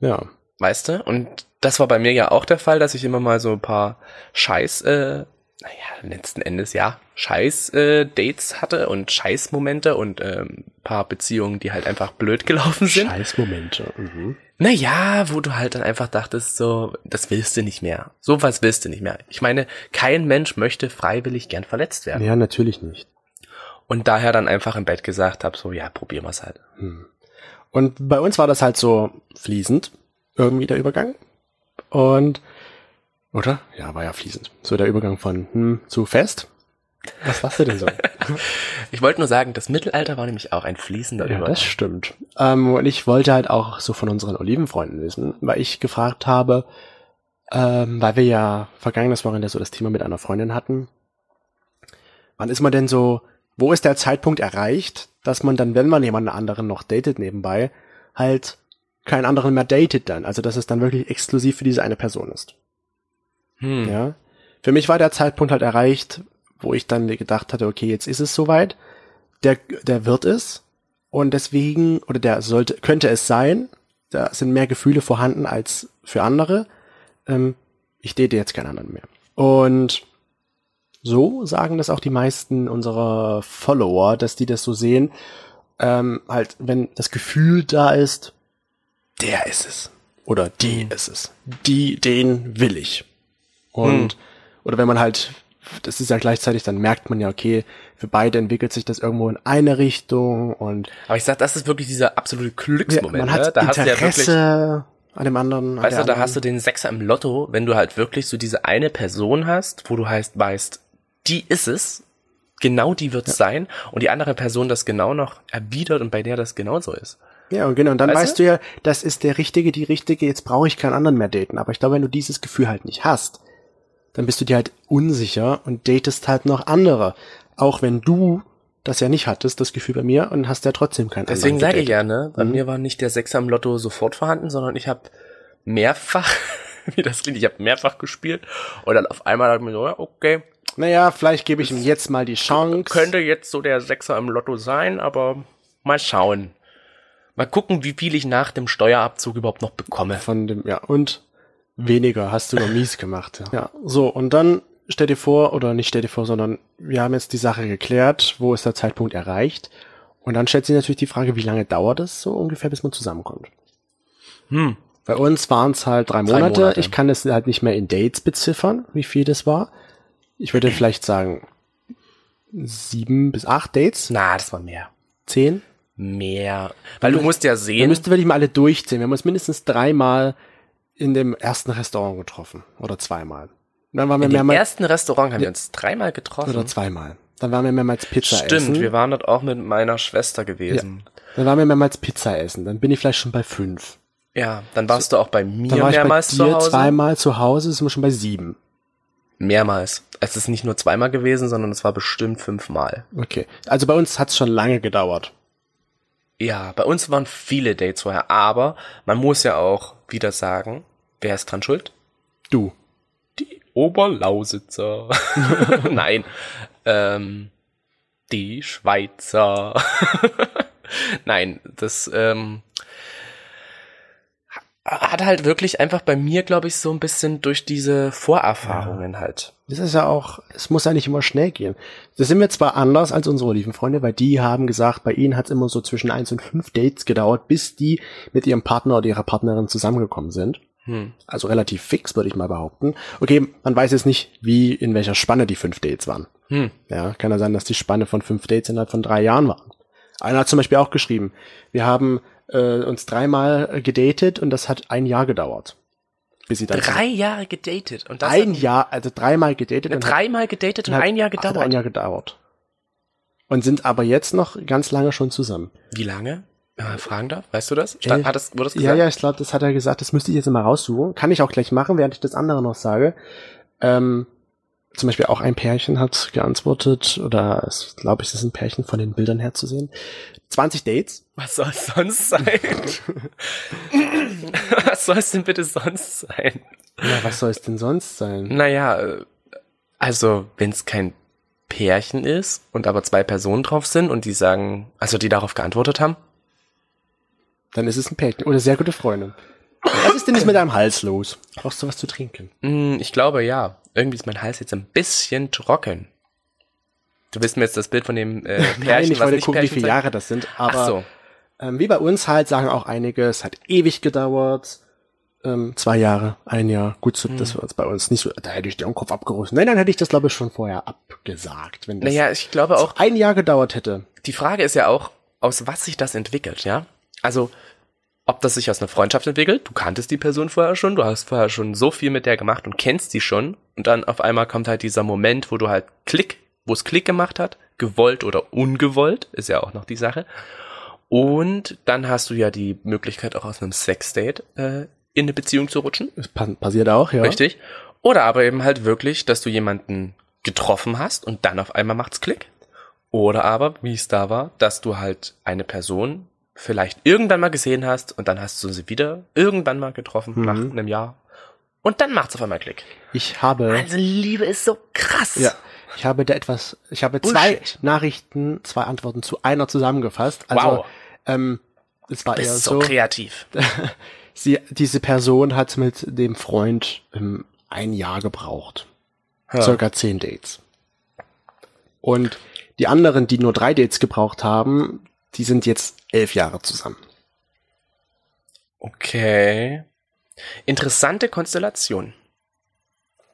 Speaker 3: Ja.
Speaker 2: Weißt du? Und das war bei mir ja auch der Fall, dass ich immer mal so ein paar Scheiß, äh, naja, letzten Endes ja, Scheiß-Dates hatte und Scheiß-Momente und ähm, paar Beziehungen, die halt einfach blöd gelaufen sind.
Speaker 3: Scheiß Momente. Mhm.
Speaker 2: Naja, wo du halt dann einfach dachtest, so, das willst du nicht mehr. Sowas willst du nicht mehr. Ich meine, kein Mensch möchte freiwillig gern verletzt werden.
Speaker 3: Ja, natürlich nicht.
Speaker 2: Und daher dann einfach im Bett gesagt hab, so, ja, probieren wir's halt.
Speaker 3: Hm. Und bei uns war das halt so fließend, irgendwie der Übergang. Und, oder? Ja, war ja fließend. So der Übergang von hm, zu fest. Was warst du denn so?
Speaker 2: Ich wollte nur sagen, das Mittelalter war nämlich auch ein fließender
Speaker 3: ja,
Speaker 2: Übergang.
Speaker 3: das stimmt. Ähm, und ich wollte halt auch so von unseren Olivenfreunden wissen, weil ich gefragt habe, ähm, weil wir ja vergangenes Wochenende so das Thema mit einer Freundin hatten. Wann ist man denn so, wo ist der Zeitpunkt erreicht, dass man dann, wenn man jemanden anderen noch datet nebenbei, halt keinen anderen mehr datet dann? Also, dass es dann wirklich exklusiv für diese eine Person ist.
Speaker 2: Hm.
Speaker 3: Ja. Für mich war der Zeitpunkt halt erreicht, wo ich dann gedacht hatte, okay, jetzt ist es soweit. Der, der wird es. Und deswegen, oder der sollte, könnte es sein. Da sind mehr Gefühle vorhanden als für andere. Ähm, ich date jetzt keinen anderen mehr. Und so sagen das auch die meisten unserer Follower, dass die das so sehen. Ähm, halt, wenn das Gefühl da ist, der ist es. Oder die ist es. Die, den will ich. Und,
Speaker 2: Hm.
Speaker 3: oder wenn man halt, das ist ja gleichzeitig, dann merkt man ja, okay, für beide entwickelt sich das irgendwo in eine Richtung und
Speaker 2: Aber ich sag, das ist wirklich dieser absolute
Speaker 3: ja,
Speaker 2: Glücksmoment.
Speaker 3: man hat
Speaker 2: ne? da hast du ja wirklich,
Speaker 3: Interesse an dem anderen. an
Speaker 2: weißt
Speaker 3: der
Speaker 2: du, da
Speaker 3: anderen.
Speaker 2: hast du den Sechser im Lotto, wenn du halt wirklich so diese eine Person hast, wo du heißt, weißt, die ist es, genau die wird's sein, und die andere Person das genau noch erwidert und bei der das genauso ist.
Speaker 3: Ja, und genau. Und dann
Speaker 2: Weißt
Speaker 3: weißt,
Speaker 2: du?
Speaker 3: du ja, das ist der Richtige, die Richtige, jetzt brauche ich keinen anderen mehr daten. Aber ich glaube, wenn du dieses Gefühl halt nicht hast, dann bist du dir halt unsicher und datest halt noch andere. Auch wenn du das ja nicht hattest, das Gefühl bei mir, und hast ja trotzdem keinen
Speaker 2: Deswegen
Speaker 3: anderen
Speaker 2: sage ich
Speaker 3: gedatet.
Speaker 2: ja, ne?
Speaker 3: Mhm.
Speaker 2: Bei mir war nicht der Sechser im Lotto sofort vorhanden, sondern ich habe mehrfach, [laughs] wie das klingt, ich habe mehrfach gespielt und dann auf einmal dachte ich mir so, ja, okay,
Speaker 3: Naja, vielleicht gebe ich ihm jetzt mal die Chance.
Speaker 2: könnte jetzt so der Sechser im Lotto sein, aber mal schauen. Mal gucken, wie viel ich nach dem Steuerabzug überhaupt noch bekomme.
Speaker 3: Von dem, ja, und weniger hast du noch mies gemacht. Ja. ja, so, und dann stell dir vor, oder nicht stell dir vor, sondern wir haben jetzt die Sache geklärt, wo ist der Zeitpunkt erreicht. Und dann stellt sich natürlich die Frage, wie lange dauert es so ungefähr, bis man zusammenkommt.
Speaker 2: Hm.
Speaker 3: Bei uns waren es halt drei
Speaker 2: Drei
Speaker 3: Monate.
Speaker 2: Monate.
Speaker 3: Ich kann es halt nicht mehr in Dates beziffern, wie viel das war. Ich würde vielleicht sagen, sieben bis acht Dates, ne?
Speaker 2: Na, das war mehr.
Speaker 3: zehn.
Speaker 2: Mehr. Weil du musst ja
Speaker 3: Wir
Speaker 2: sehen.
Speaker 3: müssten wirklich mal alle durchzählen. Wir haben uns mindestens dreimal in dem ersten Restaurant getroffen. Oder zweimal. Und dann waren wir
Speaker 2: im
Speaker 3: mehrmals.
Speaker 2: ersten Restaurant haben wir uns dreimal getroffen.
Speaker 3: Oder zweimal. Dann waren wir mehrmals Pizza
Speaker 2: Stimmt,
Speaker 3: essen.
Speaker 2: wir waren dort auch mit meiner Schwester gewesen.
Speaker 3: Dann waren wir mehrmals Pizza essen. Dann bin ich vielleicht schon bei fünf.
Speaker 2: Ja, dann warst du auch bei
Speaker 3: Dann
Speaker 2: mir
Speaker 3: war ich bei
Speaker 2: mehrmals zu
Speaker 3: dir
Speaker 2: Hause.
Speaker 3: zweimal zu Hause, sind wir schon bei sieben.
Speaker 2: Mehrmals. Es ist nicht nur zweimal gewesen, sondern es war bestimmt fünfmal.
Speaker 3: Okay. Also bei uns hat's schon lange gedauert.
Speaker 2: Ja, bei uns waren viele Dates vorher, aber man muss ja auch wieder sagen, wer ist dran schuld?
Speaker 3: Du.
Speaker 2: Die Oberlausitzer. [laughs] Nein. Ähm, die Schweizer. [laughs] Nein, das ähm, hat halt wirklich einfach bei mir, glaube ich, so ein bisschen durch diese Vorerfahrungen halt.
Speaker 3: Das ist ja auch, es muss ja nicht immer schnell gehen. Das sind wir zwar anders als unsere Olivenfreunde, weil die haben gesagt, bei ihnen hat's immer so zwischen eins und fünf Dates gedauert, bis die mit ihrem Partner oder ihrer Partnerin zusammengekommen sind.
Speaker 2: Hm.
Speaker 3: Also relativ fix, würde ich mal behaupten. Okay, man weiß jetzt nicht, wie, in welcher Spanne die fünf Dates waren.
Speaker 2: Hm.
Speaker 3: Ja, kann ja sein, dass die Spanne von fünf Dates innerhalb von drei Jahren waren. Einer hat zum Beispiel auch geschrieben, wir haben äh, uns dreimal äh, gedatet und das hat ein Jahr gedauert. Bis sie dann
Speaker 2: Drei Jahre gedatet und das
Speaker 3: ein
Speaker 2: hat
Speaker 3: Jahr, also dreimal gedatet und
Speaker 2: dreimal gedatet und
Speaker 3: hat-
Speaker 2: ein Jahr
Speaker 3: Hat ein
Speaker 2: gedauert.
Speaker 3: Jahr gedauert. Und sind aber jetzt noch ganz lange schon zusammen.
Speaker 2: Wie lange? Wenn man fragen darf, weißt du das? Sta-
Speaker 3: Elf-
Speaker 2: Hat das, wurde das
Speaker 3: Ja,
Speaker 2: gesagt?
Speaker 3: ja, ich glaube, das hat er gesagt, das müsste ich jetzt mal raussuchen. Kann ich auch gleich machen, während ich das andere noch sage. Ähm, zum Beispiel auch ein Pärchen hat geantwortet, oder es glaube ich, das ist ein Pärchen von den Bildern her zu sehen. 20 Dates.
Speaker 2: Was soll es sonst
Speaker 3: [laughs]
Speaker 2: sein? Was soll es denn bitte sonst sein?
Speaker 3: Na, was soll es denn sonst sein?
Speaker 2: Naja, äh, also wenn es kein Pärchen ist und aber zwei Personen drauf sind und die sagen, also die darauf geantwortet haben,
Speaker 3: Dann ist es ein Pärchen. Oder sehr gute Freundin. Was ist denn jetzt mit deinem Hals los? Brauchst du was zu trinken?
Speaker 2: mh, "Hm, ich glaube ja, irgendwie ist mein Hals jetzt ein bisschen trocken. Du willst mir jetzt das Bild von dem äh, Pärchen,
Speaker 3: [laughs] Nein, ich
Speaker 2: was
Speaker 3: wollte
Speaker 2: nicht
Speaker 3: gucken, wie
Speaker 2: Pärchen
Speaker 3: viele
Speaker 2: sein-
Speaker 3: Jahre das sind, aber.
Speaker 2: Ach so.
Speaker 3: Ähm, wie bei uns halt sagen auch einige, es hat ewig gedauert. Ähm, zwei Jahre, ein Jahr. Gut, so,
Speaker 2: Mhm.
Speaker 3: das war jetzt bei uns nicht so. Da hätte ich dir den Kopf abgerissen. Nein, dann hätte ich das, glaube ich, schon vorher abgesagt. Wenn das
Speaker 2: Naja, ich glaube auch,
Speaker 3: ein Jahr gedauert hätte.
Speaker 2: die Frage ist ja auch, aus was sich das entwickelt, ja? Also, ob das sich aus einer Freundschaft entwickelt, du kanntest die Person vorher schon, du hast vorher schon so viel mit der gemacht und kennst die schon, und dann auf einmal kommt halt dieser Moment, wo du halt Klick, wo es Klick gemacht hat, gewollt oder ungewollt, ist ja auch noch die Sache. Und dann hast du ja die Möglichkeit, auch aus einem Sexdate äh, in eine Beziehung zu rutschen.
Speaker 3: Das pa passiert auch, ja.
Speaker 2: Richtig. Oder aber eben halt wirklich, dass du jemanden getroffen hast und dann auf einmal macht's Klick. Oder aber, wie es da war, dass du halt eine Person vielleicht irgendwann mal gesehen hast und dann hast du sie wieder irgendwann mal getroffen nach
Speaker 3: Mhm.
Speaker 2: einem Jahr. Und dann macht's auf einmal Klick.
Speaker 3: Ich habe,
Speaker 2: Also Liebe ist so krass.
Speaker 3: ja, ich habe da etwas, ich habe
Speaker 2: Bullshit.
Speaker 3: zwei Nachrichten, zwei Antworten zu einer zusammengefasst. Also,
Speaker 2: Wow.
Speaker 3: ähm, es war eher
Speaker 2: Bist so
Speaker 3: so
Speaker 2: kreativ.
Speaker 3: sie, diese Person hat mit dem Freund ähm, ein Jahr gebraucht.
Speaker 2: Ja.
Speaker 3: Circa zehn Dates. Und die anderen, die nur drei Dates gebraucht haben, die sind jetzt elf Jahre zusammen.
Speaker 2: Okay. Interessante Konstellation.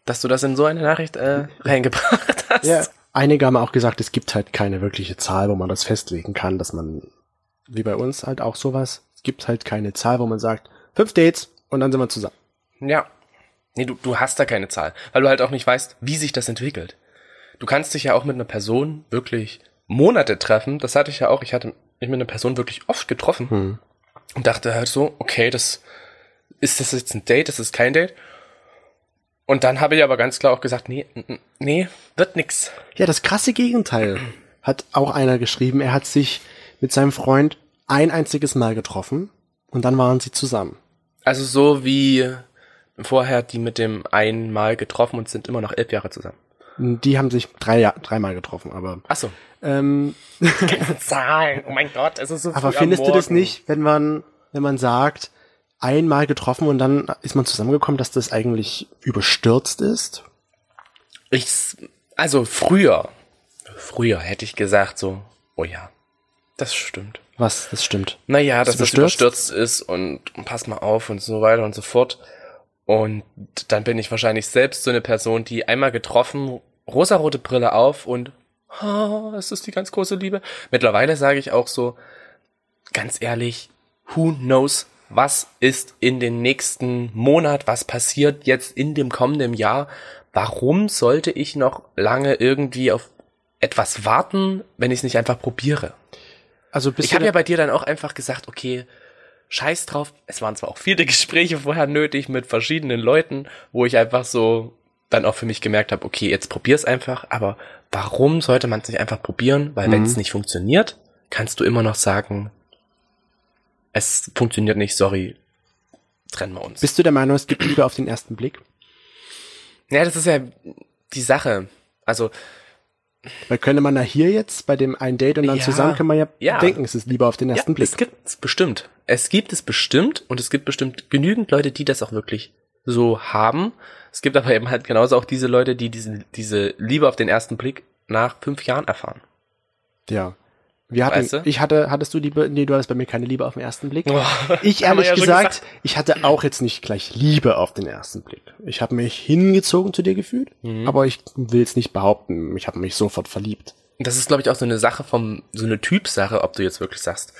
Speaker 2: Dass du das in so eine Nachricht äh, reingebracht hast.
Speaker 3: Einige haben auch gesagt, es gibt halt keine wirkliche Zahl, wo man das festlegen kann, dass man, wie bei uns halt auch sowas, es gibt halt keine Zahl, wo man sagt, fünf Dates und dann sind wir zusammen.
Speaker 2: Ja. Nee, du, du hast da keine Zahl, weil du halt auch nicht weißt, wie sich das entwickelt. Du kannst dich ja auch mit einer Person wirklich Monate treffen. Das hatte ich ja auch. Ich hatte mich mit einer Person wirklich oft getroffen
Speaker 3: Hm.
Speaker 2: und dachte halt so, okay, das ist das jetzt ein Date, das ist kein Date. Und dann habe ich aber ganz klar auch gesagt, nee, n- n- nee, wird nix.
Speaker 3: Ja, das krasse Gegenteil hat auch einer geschrieben. Er hat sich mit seinem Freund ein einziges Mal getroffen und dann waren sie zusammen.
Speaker 2: Also so wie vorher die mit dem einmal getroffen und sind immer noch elf Jahre zusammen.
Speaker 3: Die haben sich drei, Ja- dreimal getroffen, aber.
Speaker 2: Ach so.
Speaker 3: Ähm,
Speaker 2: Zahlen. Oh mein Gott, es ist so
Speaker 3: aber
Speaker 2: früh am
Speaker 3: findest du das
Speaker 2: Morgen.
Speaker 3: nicht, wenn man, wenn man sagt, einmal getroffen und dann ist man zusammengekommen, dass das eigentlich überstürzt ist?
Speaker 2: Ich, s- also früher, früher hätte ich gesagt so, oh ja, das stimmt.
Speaker 3: Was? Das stimmt.
Speaker 2: Naja, dass
Speaker 3: Ist
Speaker 2: das
Speaker 3: überstürzt?
Speaker 2: überstürzt ist und pass mal auf und so weiter und so fort. Und dann bin ich wahrscheinlich selbst so eine Person, die einmal getroffen, rosarote Brille auf und oh, es ist die ganz große Liebe. Mittlerweile sage ich auch so, ganz ehrlich, who knows, was ist in den nächsten Monat, was passiert jetzt in dem kommenden Jahr? Warum sollte ich noch lange irgendwie auf etwas warten, wenn ich es nicht einfach probiere?
Speaker 3: Also bist
Speaker 2: Ich
Speaker 3: du
Speaker 2: habe
Speaker 3: da-
Speaker 2: ja bei dir dann auch einfach gesagt, okay, scheiß [laughs] drauf. Es waren zwar auch viele Gespräche vorher nötig mit verschiedenen Leuten, wo ich einfach so dann auch für mich gemerkt habe, okay, jetzt probier's einfach, aber warum sollte man es nicht einfach probieren?
Speaker 3: Mhm.
Speaker 2: Weil wenn es nicht funktioniert, kannst du immer noch sagen, es funktioniert nicht, sorry, trennen wir uns.
Speaker 3: Bist du der Meinung, es gibt Liebe auf den ersten Blick?
Speaker 2: ja, das ist ja die Sache. Also,
Speaker 3: Weil könnte man da hier jetzt bei dem ein Date und dann
Speaker 2: Ja.
Speaker 3: zusammen, kann man ja,
Speaker 2: Ja.
Speaker 3: denken, es ist Liebe auf den
Speaker 2: ja,
Speaker 3: ersten Blick.
Speaker 2: es gibt es bestimmt. Es gibt es bestimmt und es gibt bestimmt genügend Leute, die das auch wirklich so haben. Es gibt aber eben halt genauso auch diese Leute, die diese, diese Liebe auf den ersten Blick nach fünf Jahren erfahren.
Speaker 3: Ja. Wir hatten,
Speaker 2: Weißt du?
Speaker 3: ich hatte, hattest du Liebe, nee, du hattest bei mir keine Liebe auf den ersten Blick. Ich
Speaker 2: [laughs] Haben wir
Speaker 3: ehrlich
Speaker 2: ja schon
Speaker 3: gesagt, ich hatte auch jetzt nicht gleich Liebe auf den ersten Blick. Ich habe mich hingezogen zu dir gefühlt,
Speaker 2: Mhm.
Speaker 3: aber ich will es nicht behaupten, ich habe mich sofort verliebt.
Speaker 2: Das ist, glaube ich, auch so eine Sache vom, so eine Typsache, ob du jetzt wirklich sagst,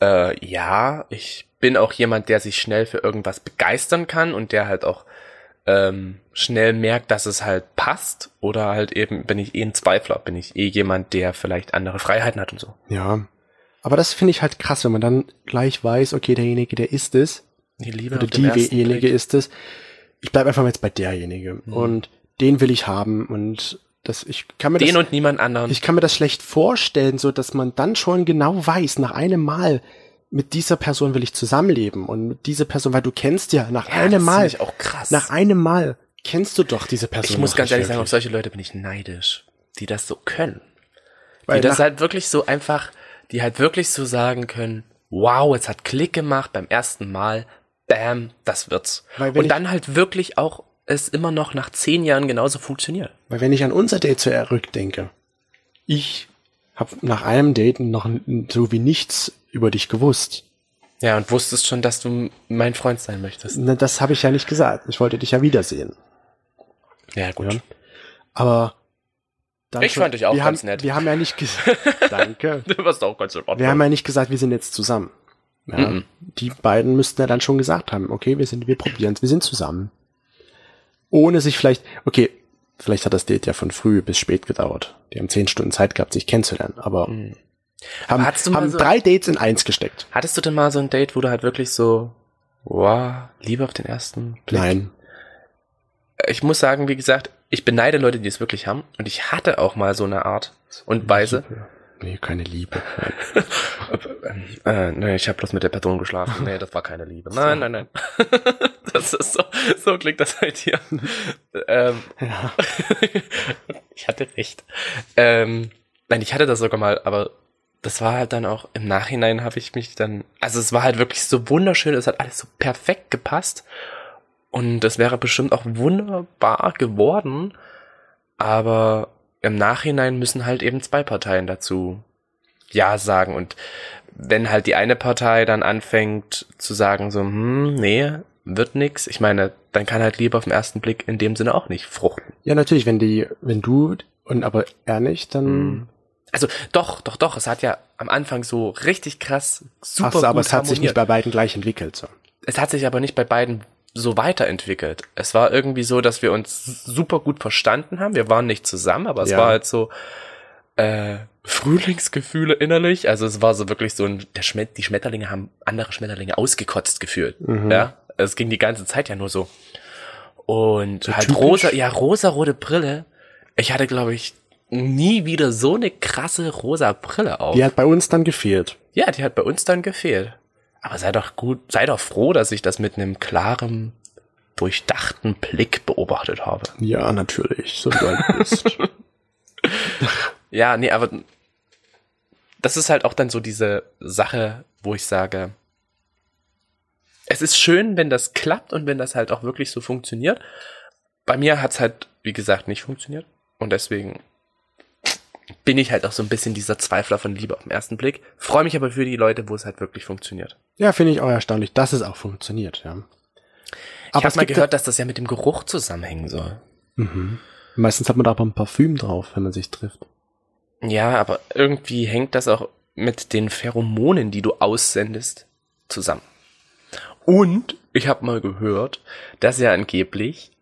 Speaker 2: äh, ja, ich bin auch jemand, der sich schnell für irgendwas begeistern kann und der halt auch ähm, schnell merkt, dass es halt passt. Oder halt eben, bin ich eh ein Zweifler, bin ich eh jemand, der vielleicht andere Freiheiten hat und so.
Speaker 3: Ja. Aber das finde ich halt krass, wenn man dann gleich weiß, okay, derjenige, der ist es,
Speaker 2: Die Liebe
Speaker 3: oder
Speaker 2: auf den ersten
Speaker 3: diejenige
Speaker 2: Blick. Mhm.
Speaker 3: ist es. Ich bleibe einfach mal jetzt bei derjenige. Und den will ich haben und das, ich kann mir das,
Speaker 2: Den und niemand anderen.
Speaker 3: ich kann mir das schlecht vorstellen, so dass man dann schon genau weiß, nach einem Mal, mit dieser Person will ich zusammenleben und mit dieser Person, weil du kennst ja, nach
Speaker 2: das
Speaker 3: einem
Speaker 2: finde
Speaker 3: Mal,
Speaker 2: ich auch krass.
Speaker 3: nach einem Mal kennst du doch diese Person.
Speaker 2: ich muss
Speaker 3: noch
Speaker 2: ganz
Speaker 3: nicht
Speaker 2: ehrlich sagen, auf
Speaker 3: wirklich.
Speaker 2: solche Leute bin ich neidisch, die das so können.
Speaker 3: Weil
Speaker 2: die das
Speaker 3: nach-
Speaker 2: halt wirklich so einfach, die halt wirklich so sagen können, wow, es hat Klick gemacht beim ersten Mal, bam, das wird's.
Speaker 3: Weil wenn
Speaker 2: Und
Speaker 3: ich-
Speaker 2: dann halt wirklich auch es immer noch nach zehn Jahren genauso funktioniert.
Speaker 3: Weil wenn ich an unser Date zurückdenke, ich habe nach einem Date noch n- so wie nichts über dich gewusst.
Speaker 2: Ja, und wusstest schon, dass du mein Freund sein möchtest.
Speaker 3: Na, das habe ich ja nicht gesagt. Ich wollte dich ja wiedersehen.
Speaker 2: Ja, gut.
Speaker 3: Ja. Aber dann
Speaker 2: Ich fand dich auch
Speaker 3: wir
Speaker 2: ganz
Speaker 3: haben,
Speaker 2: nett.
Speaker 3: Wir haben
Speaker 2: [laughs]
Speaker 3: ja nicht gesagt. Danke.
Speaker 2: [laughs] Du warst auch ganz in Ordnung.
Speaker 3: Wir haben ja nicht gesagt, wir sind jetzt zusammen. Ja,
Speaker 2: Mhm.
Speaker 3: Die beiden müssten ja dann schon gesagt haben, okay, wir sind, wir probieren es, wir sind zusammen. Ohne sich vielleicht, okay, vielleicht hat das Date ja von früh bis spät gedauert. Die haben zehn Stunden Zeit gehabt, sich kennenzulernen, aber
Speaker 2: Hm.
Speaker 3: haben,
Speaker 2: Mm. Hattest du mal
Speaker 3: haben
Speaker 2: so-
Speaker 3: drei Dates in eins gesteckt.
Speaker 2: Hattest du denn mal so ein Date, wo du halt wirklich so, wow, Liebe auf den ersten Blick?
Speaker 3: Nein.
Speaker 2: ich muss sagen, wie gesagt, ich beneide Leute, die es wirklich haben. Und ich hatte auch mal so eine Art und Weise.
Speaker 3: Nee, keine Liebe.
Speaker 2: Äh, nee, ich habe bloß mit der Person geschlafen. Nee, das war keine Liebe. Nein, nein, [laughs] nein. Das ist so, so klingt das halt hier. Ähm,
Speaker 3: Ja.
Speaker 2: [laughs] ich hatte recht. Ähm, nein, ich hatte das sogar mal, aber das war halt dann auch im Nachhinein habe ich mich dann, also es war halt wirklich so wunderschön, es hat alles so perfekt gepasst und das wäre bestimmt auch wunderbar geworden, aber im Nachhinein müssen halt eben zwei Parteien dazu ja sagen und wenn halt die eine Partei dann anfängt zu sagen so, hm, nee, wird nix, ich meine, dann kann halt Liebe auf den ersten Blick in dem Sinne auch nicht fruchten.
Speaker 3: ja, natürlich, wenn die, wenn du und aber er nicht, dann
Speaker 2: Also doch, doch, doch. Es hat ja am Anfang so richtig krass super
Speaker 3: Ach so, aber
Speaker 2: gut
Speaker 3: es hat sich nicht bei beiden gleich entwickelt. So.
Speaker 2: es hat sich aber nicht bei beiden so weiterentwickelt. Es war irgendwie so, dass wir uns super gut verstanden haben. Wir waren nicht zusammen, aber es
Speaker 3: Ja.
Speaker 2: war halt so äh, Frühlingsgefühle innerlich. Also es war so wirklich so ein, der Schmet die Schmetterlinge haben andere Schmetterlinge ausgekotzt gefühlt.
Speaker 3: Mhm.
Speaker 2: Ja, es ging die ganze Zeit ja nur so. Und halt
Speaker 3: typisch.
Speaker 2: rosa, ja, rosarote Brille. Ich hatte, glaube ich, nie wieder so eine krasse rosa Brille auf.
Speaker 3: Die hat bei uns dann gefehlt.
Speaker 2: Ja, die hat bei uns dann gefehlt. Aber sei doch gut, sei doch froh, dass ich das mit einem klaren, durchdachten Blick beobachtet habe.
Speaker 3: Ja, natürlich, so wie du
Speaker 2: [laughs]
Speaker 3: halt bist.
Speaker 2: Ja, nee, aber das ist halt auch dann so diese Sache, wo ich sage, es ist schön, wenn das klappt und wenn das halt auch wirklich so funktioniert. Bei mir hat's halt, wie gesagt, nicht funktioniert. Und deswegen bin ich halt auch so ein bisschen dieser Zweifler von Liebe auf den ersten Blick. Freue mich aber für die Leute, wo es halt wirklich funktioniert.
Speaker 3: Ja, finde ich auch erstaunlich, dass es auch funktioniert, ja.
Speaker 2: Ich
Speaker 3: Aber
Speaker 2: habe
Speaker 3: es
Speaker 2: mal
Speaker 3: gibt
Speaker 2: gehört, dass das ja mit dem Geruch zusammenhängen soll.
Speaker 3: ja, meistens hat man da auch ein Parfüm drauf, wenn man sich trifft.
Speaker 2: Ja, aber irgendwie hängt das auch mit den Pheromonen, die du aussendest, zusammen. Und ich habe mal gehört, dass ja angeblich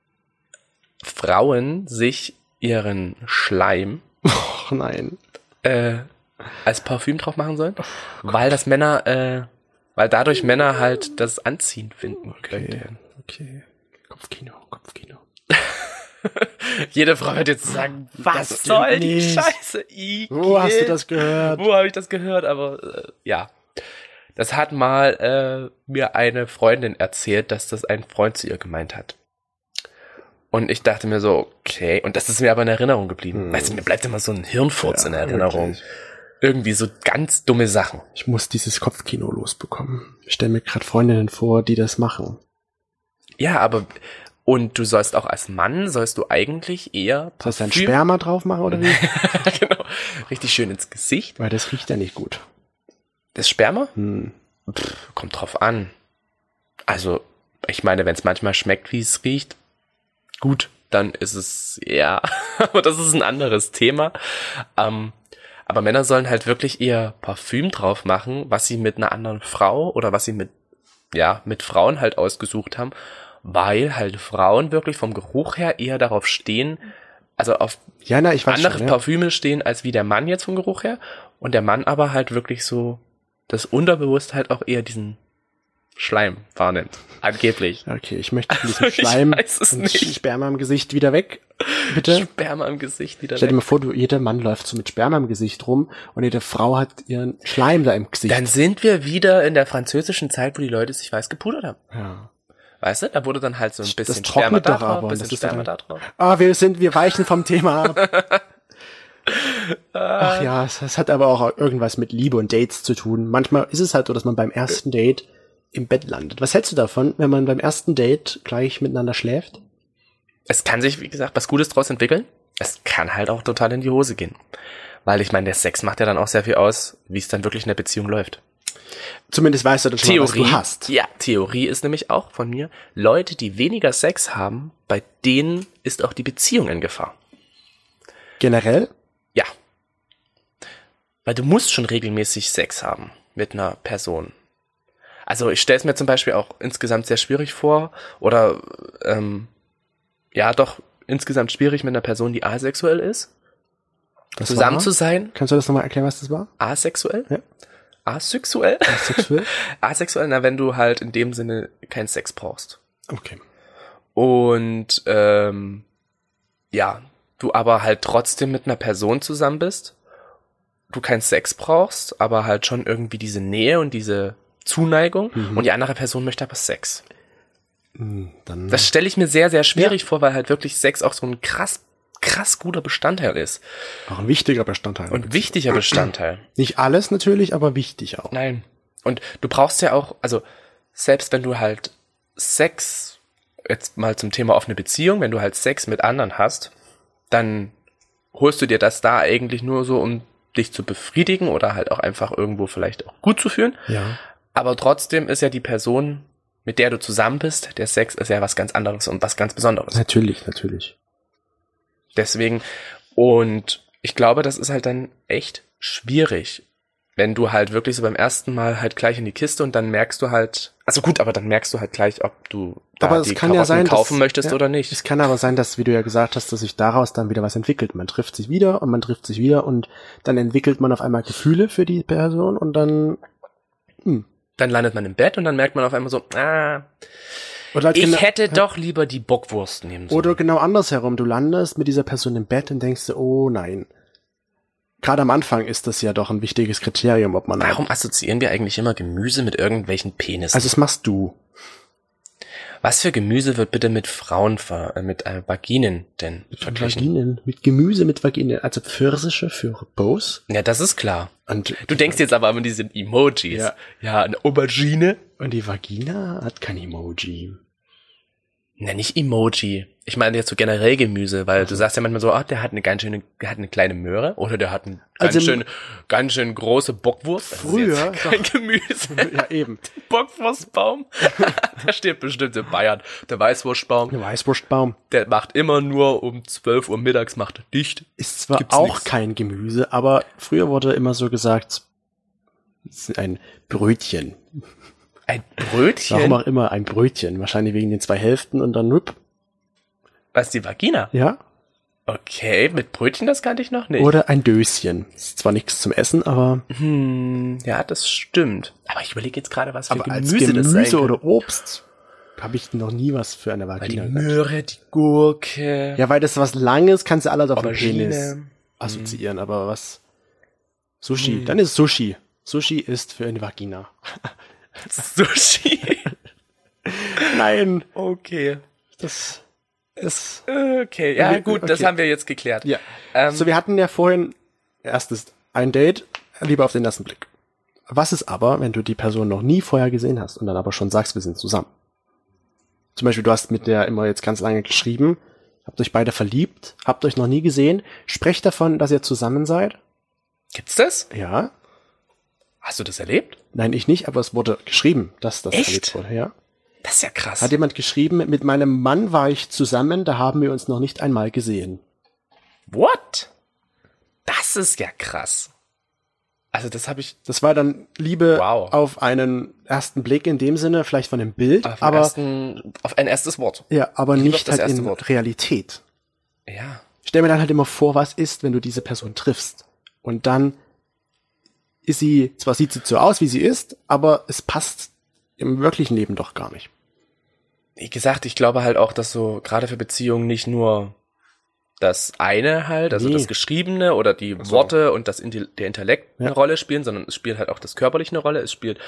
Speaker 2: Frauen sich ihren Schleim
Speaker 3: Och nein.
Speaker 2: äh, als Parfüm drauf machen sollen, weil das Männer, äh, weil dadurch Männer halt das Anziehen finden.
Speaker 3: Okay. Okay. Kopfkino, Kopfkino.
Speaker 2: Jede Frau wird jetzt sagen, was
Speaker 3: Das stimmt
Speaker 2: soll die
Speaker 3: nicht.
Speaker 2: Scheiße? I
Speaker 3: Wo hast du das gehört?
Speaker 2: Wo habe ich das gehört? Aber äh, ja. Das hat mal äh, mir eine Freundin erzählt, dass das ein Freund zu ihr gemeint hat. Und ich dachte mir so, okay, und das ist mir aber in Erinnerung geblieben.
Speaker 3: Hm.
Speaker 2: Weißt du, mir bleibt immer so ein Hirnfurz
Speaker 3: Ja,
Speaker 2: in Erinnerung.
Speaker 3: wirklich.
Speaker 2: Irgendwie so ganz dumme Sachen.
Speaker 3: Ich muss dieses Kopfkino losbekommen. Ich stelle mir gerade Freundinnen vor, die das machen.
Speaker 2: Ja, aber und du sollst auch als Mann sollst du eigentlich eher
Speaker 3: Sollst du ein
Speaker 2: Parfüm-
Speaker 3: Sperma drauf machen oder wie?
Speaker 2: [laughs] genau, richtig schön ins Gesicht.
Speaker 3: Weil das riecht ja nicht gut.
Speaker 2: Das Sperma
Speaker 3: Hm.
Speaker 2: Pff, kommt drauf an. Also, ich meine, wenn es manchmal schmeckt, wie es riecht, gut, dann ist es ja, [laughs] aber das ist ein anderes Thema. Ähm, aber Männer sollen halt wirklich ihr Parfüm drauf machen, was sie mit einer anderen Frau oder was sie mit ja, mit Frauen halt ausgesucht haben, weil halt Frauen wirklich vom Geruch her eher darauf stehen, also auf
Speaker 3: Ja, na, ich weiß
Speaker 2: andere
Speaker 3: schon, ja.
Speaker 2: Parfüme stehen als wie der Mann jetzt vom Geruch her und der Mann aber halt wirklich so das unterbewusst halt auch eher diesen Schleim wahrnimmt angeblich
Speaker 3: Okay, ich
Speaker 2: [laughs]
Speaker 3: möchte diesen
Speaker 2: Ich
Speaker 3: Schleim
Speaker 2: weiß es
Speaker 3: und
Speaker 2: nicht.
Speaker 3: Sperma im Gesicht wieder weg. Bitte.
Speaker 2: Sperma im Gesicht wieder
Speaker 3: Stell dir
Speaker 2: weg.
Speaker 3: mal vor, du, jeder Mann läuft so mit Sperma im Gesicht rum und jede Frau hat ihren Schleim da im Gesicht.
Speaker 2: dann sind wir wieder in der französischen Zeit wo die Leute sich weiß gepudert haben
Speaker 3: ja.
Speaker 2: weißt du da wurde dann halt so ein bisschen
Speaker 3: trocknet
Speaker 2: Sperma da
Speaker 3: doch
Speaker 2: drauf
Speaker 3: aber,
Speaker 2: ein
Speaker 3: das
Speaker 2: bisschen
Speaker 3: ist doch
Speaker 2: Sperma da
Speaker 3: dann-
Speaker 2: drauf
Speaker 3: Ah, wir sind, wir weichen vom Thema ab.
Speaker 2: [laughs]
Speaker 3: Ach ja, es, es hat aber auch irgendwas mit Liebe und Dates zu tun. Manchmal ist es halt so, dass man beim ersten Date im Bett landet. Was hältst du davon, wenn man beim ersten Date gleich miteinander schläft?
Speaker 2: es kann sich wie gesagt was Gutes draus entwickeln es kann halt auch total in die Hose gehen weil ich meine der Sex macht ja dann auch sehr viel aus wie es dann wirklich in der Beziehung läuft
Speaker 3: Zumindest weißt du, dass schon mal, was
Speaker 2: Theorie,
Speaker 3: du hast.
Speaker 2: Ja, Theorie ist nämlich auch von mir, Leute, die weniger Sex haben, bei denen ist auch die Beziehung in Gefahr.
Speaker 3: Generell?
Speaker 2: Ja. Weil du musst schon regelmäßig Sex haben mit einer Person. Also ich stelle es mir zum Beispiel auch insgesamt sehr schwierig vor oder ähm, ja doch insgesamt schwierig mit einer Person, die asexuell ist,
Speaker 3: Das
Speaker 2: zusammen
Speaker 3: war-
Speaker 2: zu sein.
Speaker 3: Kannst du das nochmal erklären, was das war?
Speaker 2: Asexuell?
Speaker 3: Ja.
Speaker 2: Asexuell? [laughs]
Speaker 3: Sexuell?
Speaker 2: Asexuell, na wenn du halt in dem Sinne keinen Sex brauchst.
Speaker 3: Okay.
Speaker 2: Und ähm, ja, du aber halt trotzdem mit einer Person zusammen bist, du keinen Sex brauchst, aber halt schon irgendwie diese Nähe und diese Zuneigung und die andere Person möchte aber Sex.
Speaker 3: Hm, Dann
Speaker 2: Das stelle ich mir sehr, sehr schwierig vor, weil halt wirklich Sex auch so ein krass, krass guter Bestandteil ist.
Speaker 3: auch ein wichtiger Bestandteil.
Speaker 2: Und wichtiger Bestandteil.
Speaker 3: Nicht alles natürlich, aber wichtig auch.
Speaker 2: Nein. Und du brauchst ja auch, also selbst wenn du halt Sex, jetzt mal zum Thema offene Beziehung, wenn du halt Sex mit anderen hast, dann holst du dir das da eigentlich nur so, um dich zu befriedigen oder halt auch einfach irgendwo vielleicht auch gut zu fühlen.
Speaker 3: Ja.
Speaker 2: Aber trotzdem ist ja die Person, mit der du zusammen bist, der Sex ist ja was ganz anderes und was ganz Besonderes.
Speaker 3: Natürlich, natürlich.
Speaker 2: Deswegen, und ich glaube, das ist halt dann echt schwierig, wenn du halt wirklich so beim ersten Mal halt gleich in die Kiste und dann merkst du halt, also gut, aber dann merkst du halt gleich, ob du da
Speaker 3: Aber es
Speaker 2: die
Speaker 3: kann ja sein, dass-
Speaker 2: kaufen möchtest
Speaker 3: ja.
Speaker 2: oder nicht.
Speaker 3: Es kann aber sein, dass, wie du ja gesagt hast, dass sich daraus dann wieder was entwickelt. Man trifft sich wieder und man trifft sich wieder und dann entwickelt man auf einmal Gefühle für die Person und dann
Speaker 2: Dann landet man im Bett und dann merkt man auf einmal so, ah,
Speaker 3: oder halt
Speaker 2: ich
Speaker 3: genau,
Speaker 2: hätte doch lieber die Bockwurst nehmen sollen.
Speaker 3: oder genau andersherum. Du landest mit dieser Person im Bett und denkst dir, oh nein. Gerade am Anfang ist das ja doch ein wichtiges Kriterium, ob man
Speaker 2: Warum assoziieren wir eigentlich immer Gemüse mit irgendwelchen Penissen?
Speaker 3: also das machst du.
Speaker 2: Was für Gemüse wird bitte mit Frauen, ver äh, mit äh, Vaginen denn verglichen?
Speaker 3: Vaginen, mit Gemüse mit Vaginen, also Pfirsiche für Bose
Speaker 2: Ja, das ist klar.
Speaker 3: und
Speaker 2: Du denkst jetzt aber an diese Emojis.
Speaker 3: Ja.
Speaker 2: ja, eine Aubergine.
Speaker 3: Und die Vagina hat kein Emoji.
Speaker 2: Na, nicht Emoji. Ich meine jetzt so generell Gemüse, weil du sagst ja manchmal so, ah, der hat eine ganz schöne, der hat eine kleine Möhre oder der hat eine ganz
Speaker 3: Also-
Speaker 2: schön, ganz schön große Bockwurst. Das ist
Speaker 3: Früher
Speaker 2: jetzt [laughs] kein Gemüse.
Speaker 3: Ja, eben.
Speaker 2: [laughs] Bockwurstbaum. der steht bestimmt in Bayern. Der Weißwurstbaum,
Speaker 3: Ein Weißwurstbaum
Speaker 2: der macht immer nur um 12 Uhr mittags macht er dicht.
Speaker 3: ist zwar
Speaker 2: Gibt's
Speaker 3: auch
Speaker 2: nix.
Speaker 3: kein Gemüse, aber früher wurde immer so gesagt, es ist ein Brötchen.
Speaker 2: Ein Brötchen.
Speaker 3: Warum auch immer ein Brötchen? Wahrscheinlich wegen den zwei Hälften und dann nup.
Speaker 2: Was, die Vagina?
Speaker 3: Ja.
Speaker 2: Okay, mit Brötchen, das kannte ich noch nicht.
Speaker 3: Oder ein Döschen. Ist zwar nichts zum Essen, aber,
Speaker 2: Hm, ja, das stimmt. Aber ich überlege jetzt gerade, was für
Speaker 3: aber
Speaker 2: Gemüse, das sein
Speaker 3: Gemüse
Speaker 2: könnte.
Speaker 3: oder Obst. habe ich noch nie was für eine
Speaker 2: Weil die
Speaker 3: Vagina gesagt.
Speaker 2: Möhre, die Gurke,
Speaker 3: Ja, weil das was Langes kannst du alles auf den
Speaker 2: Aubergine. Mhm.
Speaker 3: Penis assoziieren, aber was? Sushi, dann ist Sushi. Sushi ist für eine Vagina.
Speaker 2: [laughs] Sushi.
Speaker 3: Nein,
Speaker 2: okay.
Speaker 3: das ist.
Speaker 2: Okay, ja
Speaker 3: Okay,
Speaker 2: gut, das
Speaker 3: okay.
Speaker 2: haben wir jetzt geklärt.
Speaker 3: Ja.
Speaker 2: Ähm,
Speaker 3: so, wir hatten ja vorhin erstes ein Date, lieber auf den ersten Blick. Was ist aber, wenn du die Person noch nie vorher gesehen hast und dann aber schon sagst, wir sind zusammen? Zum Beispiel, du hast mit der immer jetzt ganz lange geschrieben, habt euch beide verliebt, habt euch noch nie gesehen, sprecht davon, dass ihr zusammen seid.
Speaker 2: Gibt's das?
Speaker 3: Ja.
Speaker 2: Hast du das erlebt?
Speaker 3: Nein, ich nicht, aber es wurde geschrieben, dass das
Speaker 2: Echt?
Speaker 3: erlebt wurde. Ja.
Speaker 2: Das ist ja krass.
Speaker 3: Hat jemand geschrieben, mit meinem Mann war ich zusammen, da haben wir uns noch nicht einmal gesehen.
Speaker 2: What? Das ist ja krass. Also das habe ich
Speaker 3: Das war dann Liebe
Speaker 2: Wow.
Speaker 3: auf einen ersten Blick in dem Sinne, vielleicht von dem Bild,
Speaker 2: auf, den
Speaker 3: aber,
Speaker 2: Ah, ersten, auf ein erstes Wort.
Speaker 3: ja, aber
Speaker 2: Liebe auf
Speaker 3: nicht
Speaker 2: das
Speaker 3: halt
Speaker 2: erste
Speaker 3: in
Speaker 2: Wort.
Speaker 3: Realität.
Speaker 2: Ja.
Speaker 3: Ich Stell mir dann halt immer vor, was ist, wenn du diese Person triffst. Und dann ist sie, zwar sieht sie so aus, wie sie ist, aber es passt im wirklichen Leben doch gar nicht.
Speaker 2: Wie gesagt, ich glaube halt auch, dass so gerade für Beziehungen nicht nur das eine halt, also
Speaker 3: Nee.
Speaker 2: das Geschriebene oder die Worte und das Intel- der Intellekt eine
Speaker 3: Ja.
Speaker 2: Rolle spielen, sondern es spielt halt auch das Körperliche eine Rolle. Es spielt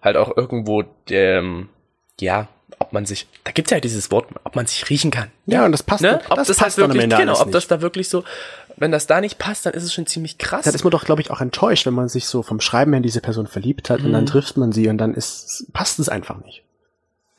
Speaker 2: halt auch irgendwo, ähm, ja, ob man sich, da gibt's ja dieses Wort, ob man sich riechen kann.
Speaker 3: Ja, und das passt,
Speaker 2: Ne? Ob das, halt
Speaker 3: dann am
Speaker 2: wirklich,
Speaker 3: Ende
Speaker 2: genau,
Speaker 3: alles
Speaker 2: ob
Speaker 3: nicht.
Speaker 2: das da wirklich so, wenn das da nicht passt, dann ist es schon ziemlich krass.
Speaker 3: Dann ist man doch, glaube ich, auch enttäuscht, wenn man sich so vom Schreiben her in diese Person verliebt hat und
Speaker 2: Mhm.
Speaker 3: dann trifft man sie und dann ist, passt es einfach nicht.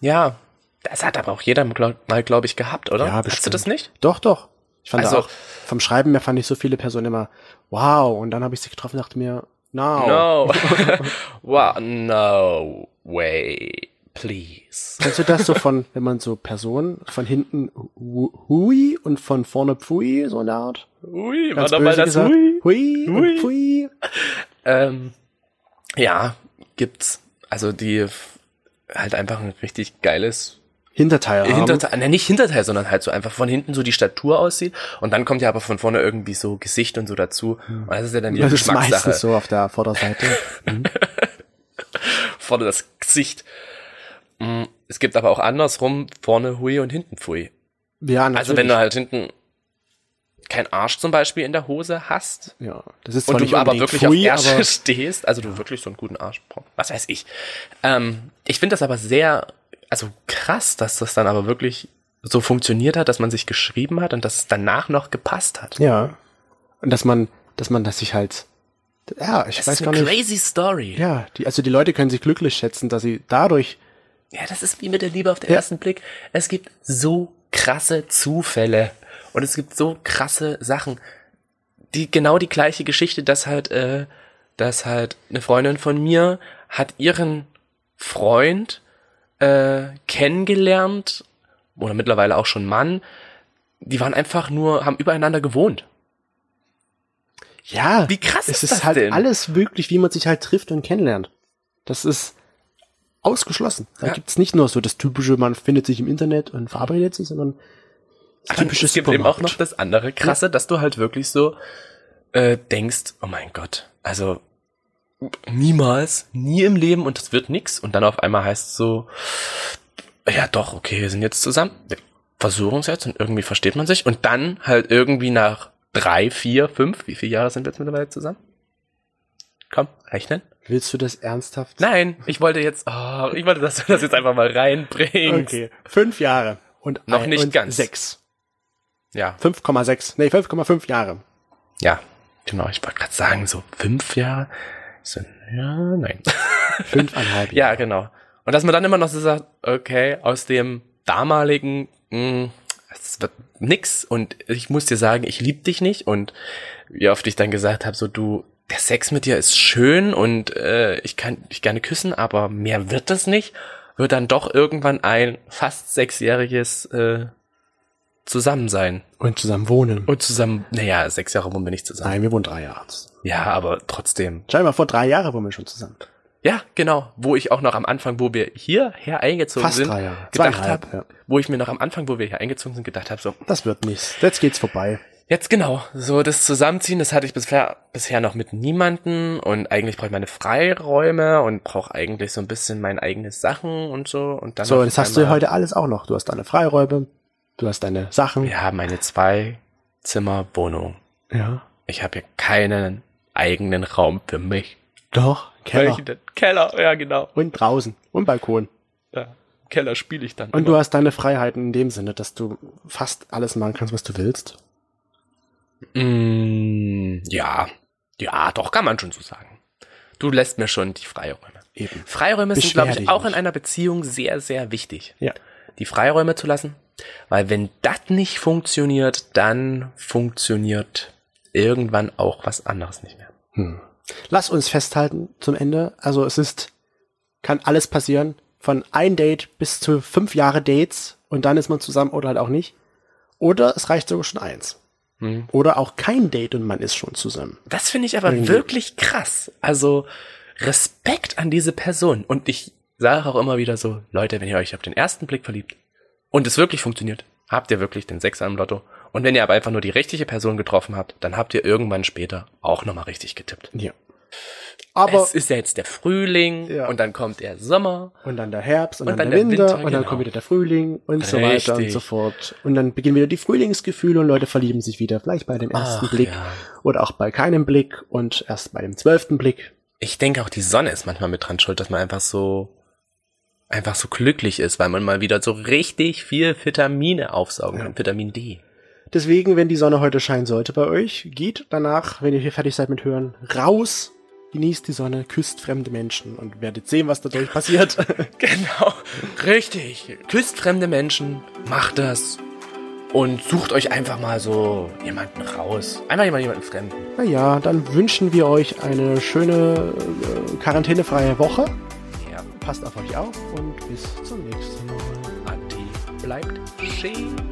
Speaker 2: Ja, das hat aber auch jeder glaub- mal, glaube ich, gehabt, oder?
Speaker 3: Ja,
Speaker 2: Hast du
Speaker 3: bestimmt.
Speaker 2: das nicht?
Speaker 3: Doch, doch. Ich fand
Speaker 2: Also-
Speaker 3: auch, vom Schreiben her fand ich so viele Personen immer, wow, und dann habe ich sie getroffen und dachte mir, no.
Speaker 2: No. [laughs] wow, no way, please.
Speaker 3: Kennst du das
Speaker 2: [laughs]
Speaker 3: so von, wenn man so Personen von hinten hu- hui und von vorne pfui, so eine Art?
Speaker 2: Ui,
Speaker 3: Ganz
Speaker 2: warte mal
Speaker 3: böse
Speaker 2: das
Speaker 3: gesagt.
Speaker 2: Ui.
Speaker 3: hui,
Speaker 2: Hui.
Speaker 3: und pfui.
Speaker 2: Ähm, ja, gibt's. Also die f- halt einfach ein richtig geiles
Speaker 3: Hinterteil haben.
Speaker 2: Hinterteil, ne, nicht Hinterteil, sondern halt so einfach von hinten so die Statur aussieht und dann kommt ja aber von vorne irgendwie so Gesicht und so dazu. Und das ist ja dann die
Speaker 3: Das ist
Speaker 2: Geschmackssache.
Speaker 3: meistens so auf der Vorderseite.
Speaker 2: vorne das Gesicht. Mm, Es gibt aber auch andersrum vorne Hui und hinten Pfui.
Speaker 3: ja, natürlich.
Speaker 2: Also wenn du halt hinten kein Arsch zum Beispiel in der Hose hast
Speaker 3: ja, das ist zwar
Speaker 2: und
Speaker 3: nicht
Speaker 2: du aber
Speaker 3: unbedingt
Speaker 2: wirklich
Speaker 3: pfui,
Speaker 2: auf
Speaker 3: aber-
Speaker 2: Ärsche [laughs] stehst, also du wirklich so einen guten Arsch brauchst, was weiß ich. Ähm, ich finde das aber sehr, also krass, dass das dann aber wirklich so funktioniert hat, dass man sich geschrieben hat und dass es danach noch gepasst hat.
Speaker 3: Ja. Und dass man, dass man, dass ich halt, ja, ich
Speaker 2: Das
Speaker 3: weiß
Speaker 2: ist
Speaker 3: gar
Speaker 2: eine
Speaker 3: nicht.
Speaker 2: crazy Story.
Speaker 3: Ja, die, also die Leute können sich glücklich schätzen, dass sie dadurch,
Speaker 2: Ja, das ist wie mit der Liebe auf den
Speaker 3: Ja.
Speaker 2: ersten Blick. Es gibt so krasse Zufälle und es gibt so krasse Sachen, die genau die gleiche Geschichte, dass halt, äh, dass halt eine Freundin von mir hat ihren Freund äh, kennengelernt oder mittlerweile auch schon Mann. Die waren einfach nur, haben übereinander gewohnt.
Speaker 3: ja,
Speaker 2: Wie krass
Speaker 3: es
Speaker 2: ist
Speaker 3: ist
Speaker 2: das
Speaker 3: halt
Speaker 2: denn?
Speaker 3: alles wirklich, wie man sich halt trifft und kennenlernt. Das ist ausgeschlossen. Da
Speaker 2: Ja.
Speaker 3: gibt's nicht nur so das typische, man findet sich im Internet und verabredet sich, sondern das
Speaker 2: Aber
Speaker 3: typische
Speaker 2: es gibt eben auch noch
Speaker 3: Supermarkt.
Speaker 2: das andere Krasse, dass du halt wirklich so äh, denkst, oh mein Gott, also niemals, nie im Leben und das wird nix. Und dann auf einmal heißt es so, ja doch, okay, wir sind jetzt zusammen, wir versuchen es jetzt und irgendwie versteht man sich. Und dann halt irgendwie nach drei, vier, fünf, wie viele Jahre sind wir jetzt mittlerweile zusammen? Komm, rechnen.
Speaker 3: Willst du das ernsthaft?
Speaker 2: Nein, ich wollte jetzt, oh, ich wollte, dass du das jetzt einfach mal reinbringst.
Speaker 3: Okay, fünf Jahre. Und
Speaker 2: Noch nicht
Speaker 3: und
Speaker 2: ganz.
Speaker 3: Sechs.
Speaker 2: Ja,
Speaker 3: 5,6. Nee, 5,5 Jahre.
Speaker 2: Ja, genau. Ich wollte gerade sagen, so fünf Jahre. So, ja, nein.
Speaker 3: Fünfeinhalb
Speaker 2: [laughs]
Speaker 3: Jahre.
Speaker 2: ja, genau. Und dass man dann immer noch so sagt, okay, aus dem damaligen, mh, es wird nix und ich muss dir sagen, ich lieb dich nicht und wie oft ich dann gesagt habe, so du, der Sex mit dir ist schön und äh, ich kann dich gerne küssen, aber mehr wird das nicht, wird dann doch irgendwann ein fast sechsjähriges äh, Zusammensein.
Speaker 3: Und zusammen wohnen.
Speaker 2: Und zusammen, naja, sechs Jahre wohnen wir nicht zusammen.
Speaker 3: Nein, wir wohnen drei Jahre zusammen.
Speaker 2: Ja, aber trotzdem.
Speaker 3: Scheinbar vor drei Jahren wohnen wir schon zusammen.
Speaker 2: Ja, genau. Wo ich auch noch am Anfang, wo wir hierher eingezogen
Speaker 3: Fast
Speaker 2: sind,
Speaker 3: drei Jahre.
Speaker 2: gedacht
Speaker 3: Zweieinhalb,
Speaker 2: habe,
Speaker 3: ja.
Speaker 2: wo ich mir noch am Anfang, wo wir hier eingezogen sind, gedacht habe, so,
Speaker 3: Das wird nichts. Jetzt geht's vorbei.
Speaker 2: Jetzt genau. So, das Zusammenziehen, das hatte ich bisher, bisher noch mit niemanden und eigentlich brauche ich meine Freiräume und brauche eigentlich so ein bisschen mein eigenes Sachen und so und dann.
Speaker 3: so,
Speaker 2: auf
Speaker 3: das hast du
Speaker 2: einmal-
Speaker 3: heute alles auch noch. Du hast deine Freiräume, du hast deine Sachen.
Speaker 2: Ja, meine zwei Zimmer Wohnung.
Speaker 3: ja.
Speaker 2: Ich habe hier keinen eigenen Raum für mich.
Speaker 3: Doch,
Speaker 2: Weil
Speaker 3: Keller.
Speaker 2: ich in den Keller, ja genau.
Speaker 3: Und draußen. Und Balkon.
Speaker 2: Ja, Im Keller spiele ich dann.
Speaker 3: Und
Speaker 2: immer.
Speaker 3: du hast deine Freiheiten in dem Sinne, dass du fast alles machen kannst, was du willst.
Speaker 2: Mm, ja, ja, doch kann man schon so sagen. Du lässt mir schon die Freiräume.
Speaker 3: Eben.
Speaker 2: Freiräume sind,
Speaker 3: Beschwer
Speaker 2: glaube ich,
Speaker 3: dich
Speaker 2: auch
Speaker 3: nicht.
Speaker 2: in einer Beziehung sehr, sehr wichtig.
Speaker 3: Ja.
Speaker 2: Die Freiräume zu lassen, weil wenn das nicht funktioniert, dann funktioniert irgendwann auch was anderes nicht mehr.
Speaker 3: Hm. Lass uns festhalten zum Ende. Also es ist, kann alles passieren. Von ein Date bis zu fünf Jahre Dates und dann ist man zusammen oder halt auch nicht. Oder es reicht sogar schon eins.
Speaker 2: Hm.
Speaker 3: Oder auch kein Date und man ist schon zusammen.
Speaker 2: Das finde ich aber
Speaker 3: Mhm.
Speaker 2: wirklich krass. Also Respekt an diese Person. Und ich sage auch immer wieder so, Leute, wenn ihr euch auf den ersten Blick verliebt und es wirklich funktioniert, habt ihr wirklich den Sechser im Lotto. Und wenn ihr aber einfach nur die richtige Person getroffen habt, dann habt ihr irgendwann später auch nochmal richtig getippt.
Speaker 3: Ja. Aber
Speaker 2: es ist ja jetzt der Frühling
Speaker 3: Ja.
Speaker 2: und dann kommt der Sommer.
Speaker 3: und dann der Herbst und,
Speaker 2: Und dann
Speaker 3: dann, der
Speaker 2: der
Speaker 3: Winter,
Speaker 2: Winter,
Speaker 3: und dann
Speaker 2: genau.
Speaker 3: kommt wieder der Frühling und so weiter und
Speaker 2: Richtig.
Speaker 3: so fort. Und dann beginnen wieder die Frühlingsgefühle und Leute verlieben sich wieder, vielleicht bei dem ersten
Speaker 2: Ach,
Speaker 3: Blick
Speaker 2: ja.
Speaker 3: oder auch bei keinem Blick und erst bei dem zwölften Blick.
Speaker 2: Ich denke auch die Sonne ist manchmal mit dran schuld, dass man einfach so einfach so glücklich ist, weil man mal wieder so richtig viel Vitamine aufsaugen kann. Vitamin D.
Speaker 3: Deswegen, wenn die Sonne heute scheinen sollte bei euch, geht danach, wenn ihr hier fertig seid mit Hören, raus, genießt die Sonne, küsst fremde Menschen und werdet sehen, was dadurch passiert.
Speaker 2: [laughs] Genau, richtig. Küsst fremde Menschen, macht das und sucht euch einfach mal so jemanden raus. Einfach jemand, jemanden Fremden.
Speaker 3: naja, dann wünschen wir euch eine schöne äh, quarantänefreie Woche.
Speaker 2: Ja,
Speaker 3: Passt auf euch auf und bis zum nächsten Mal.
Speaker 2: Adi bleibt schön.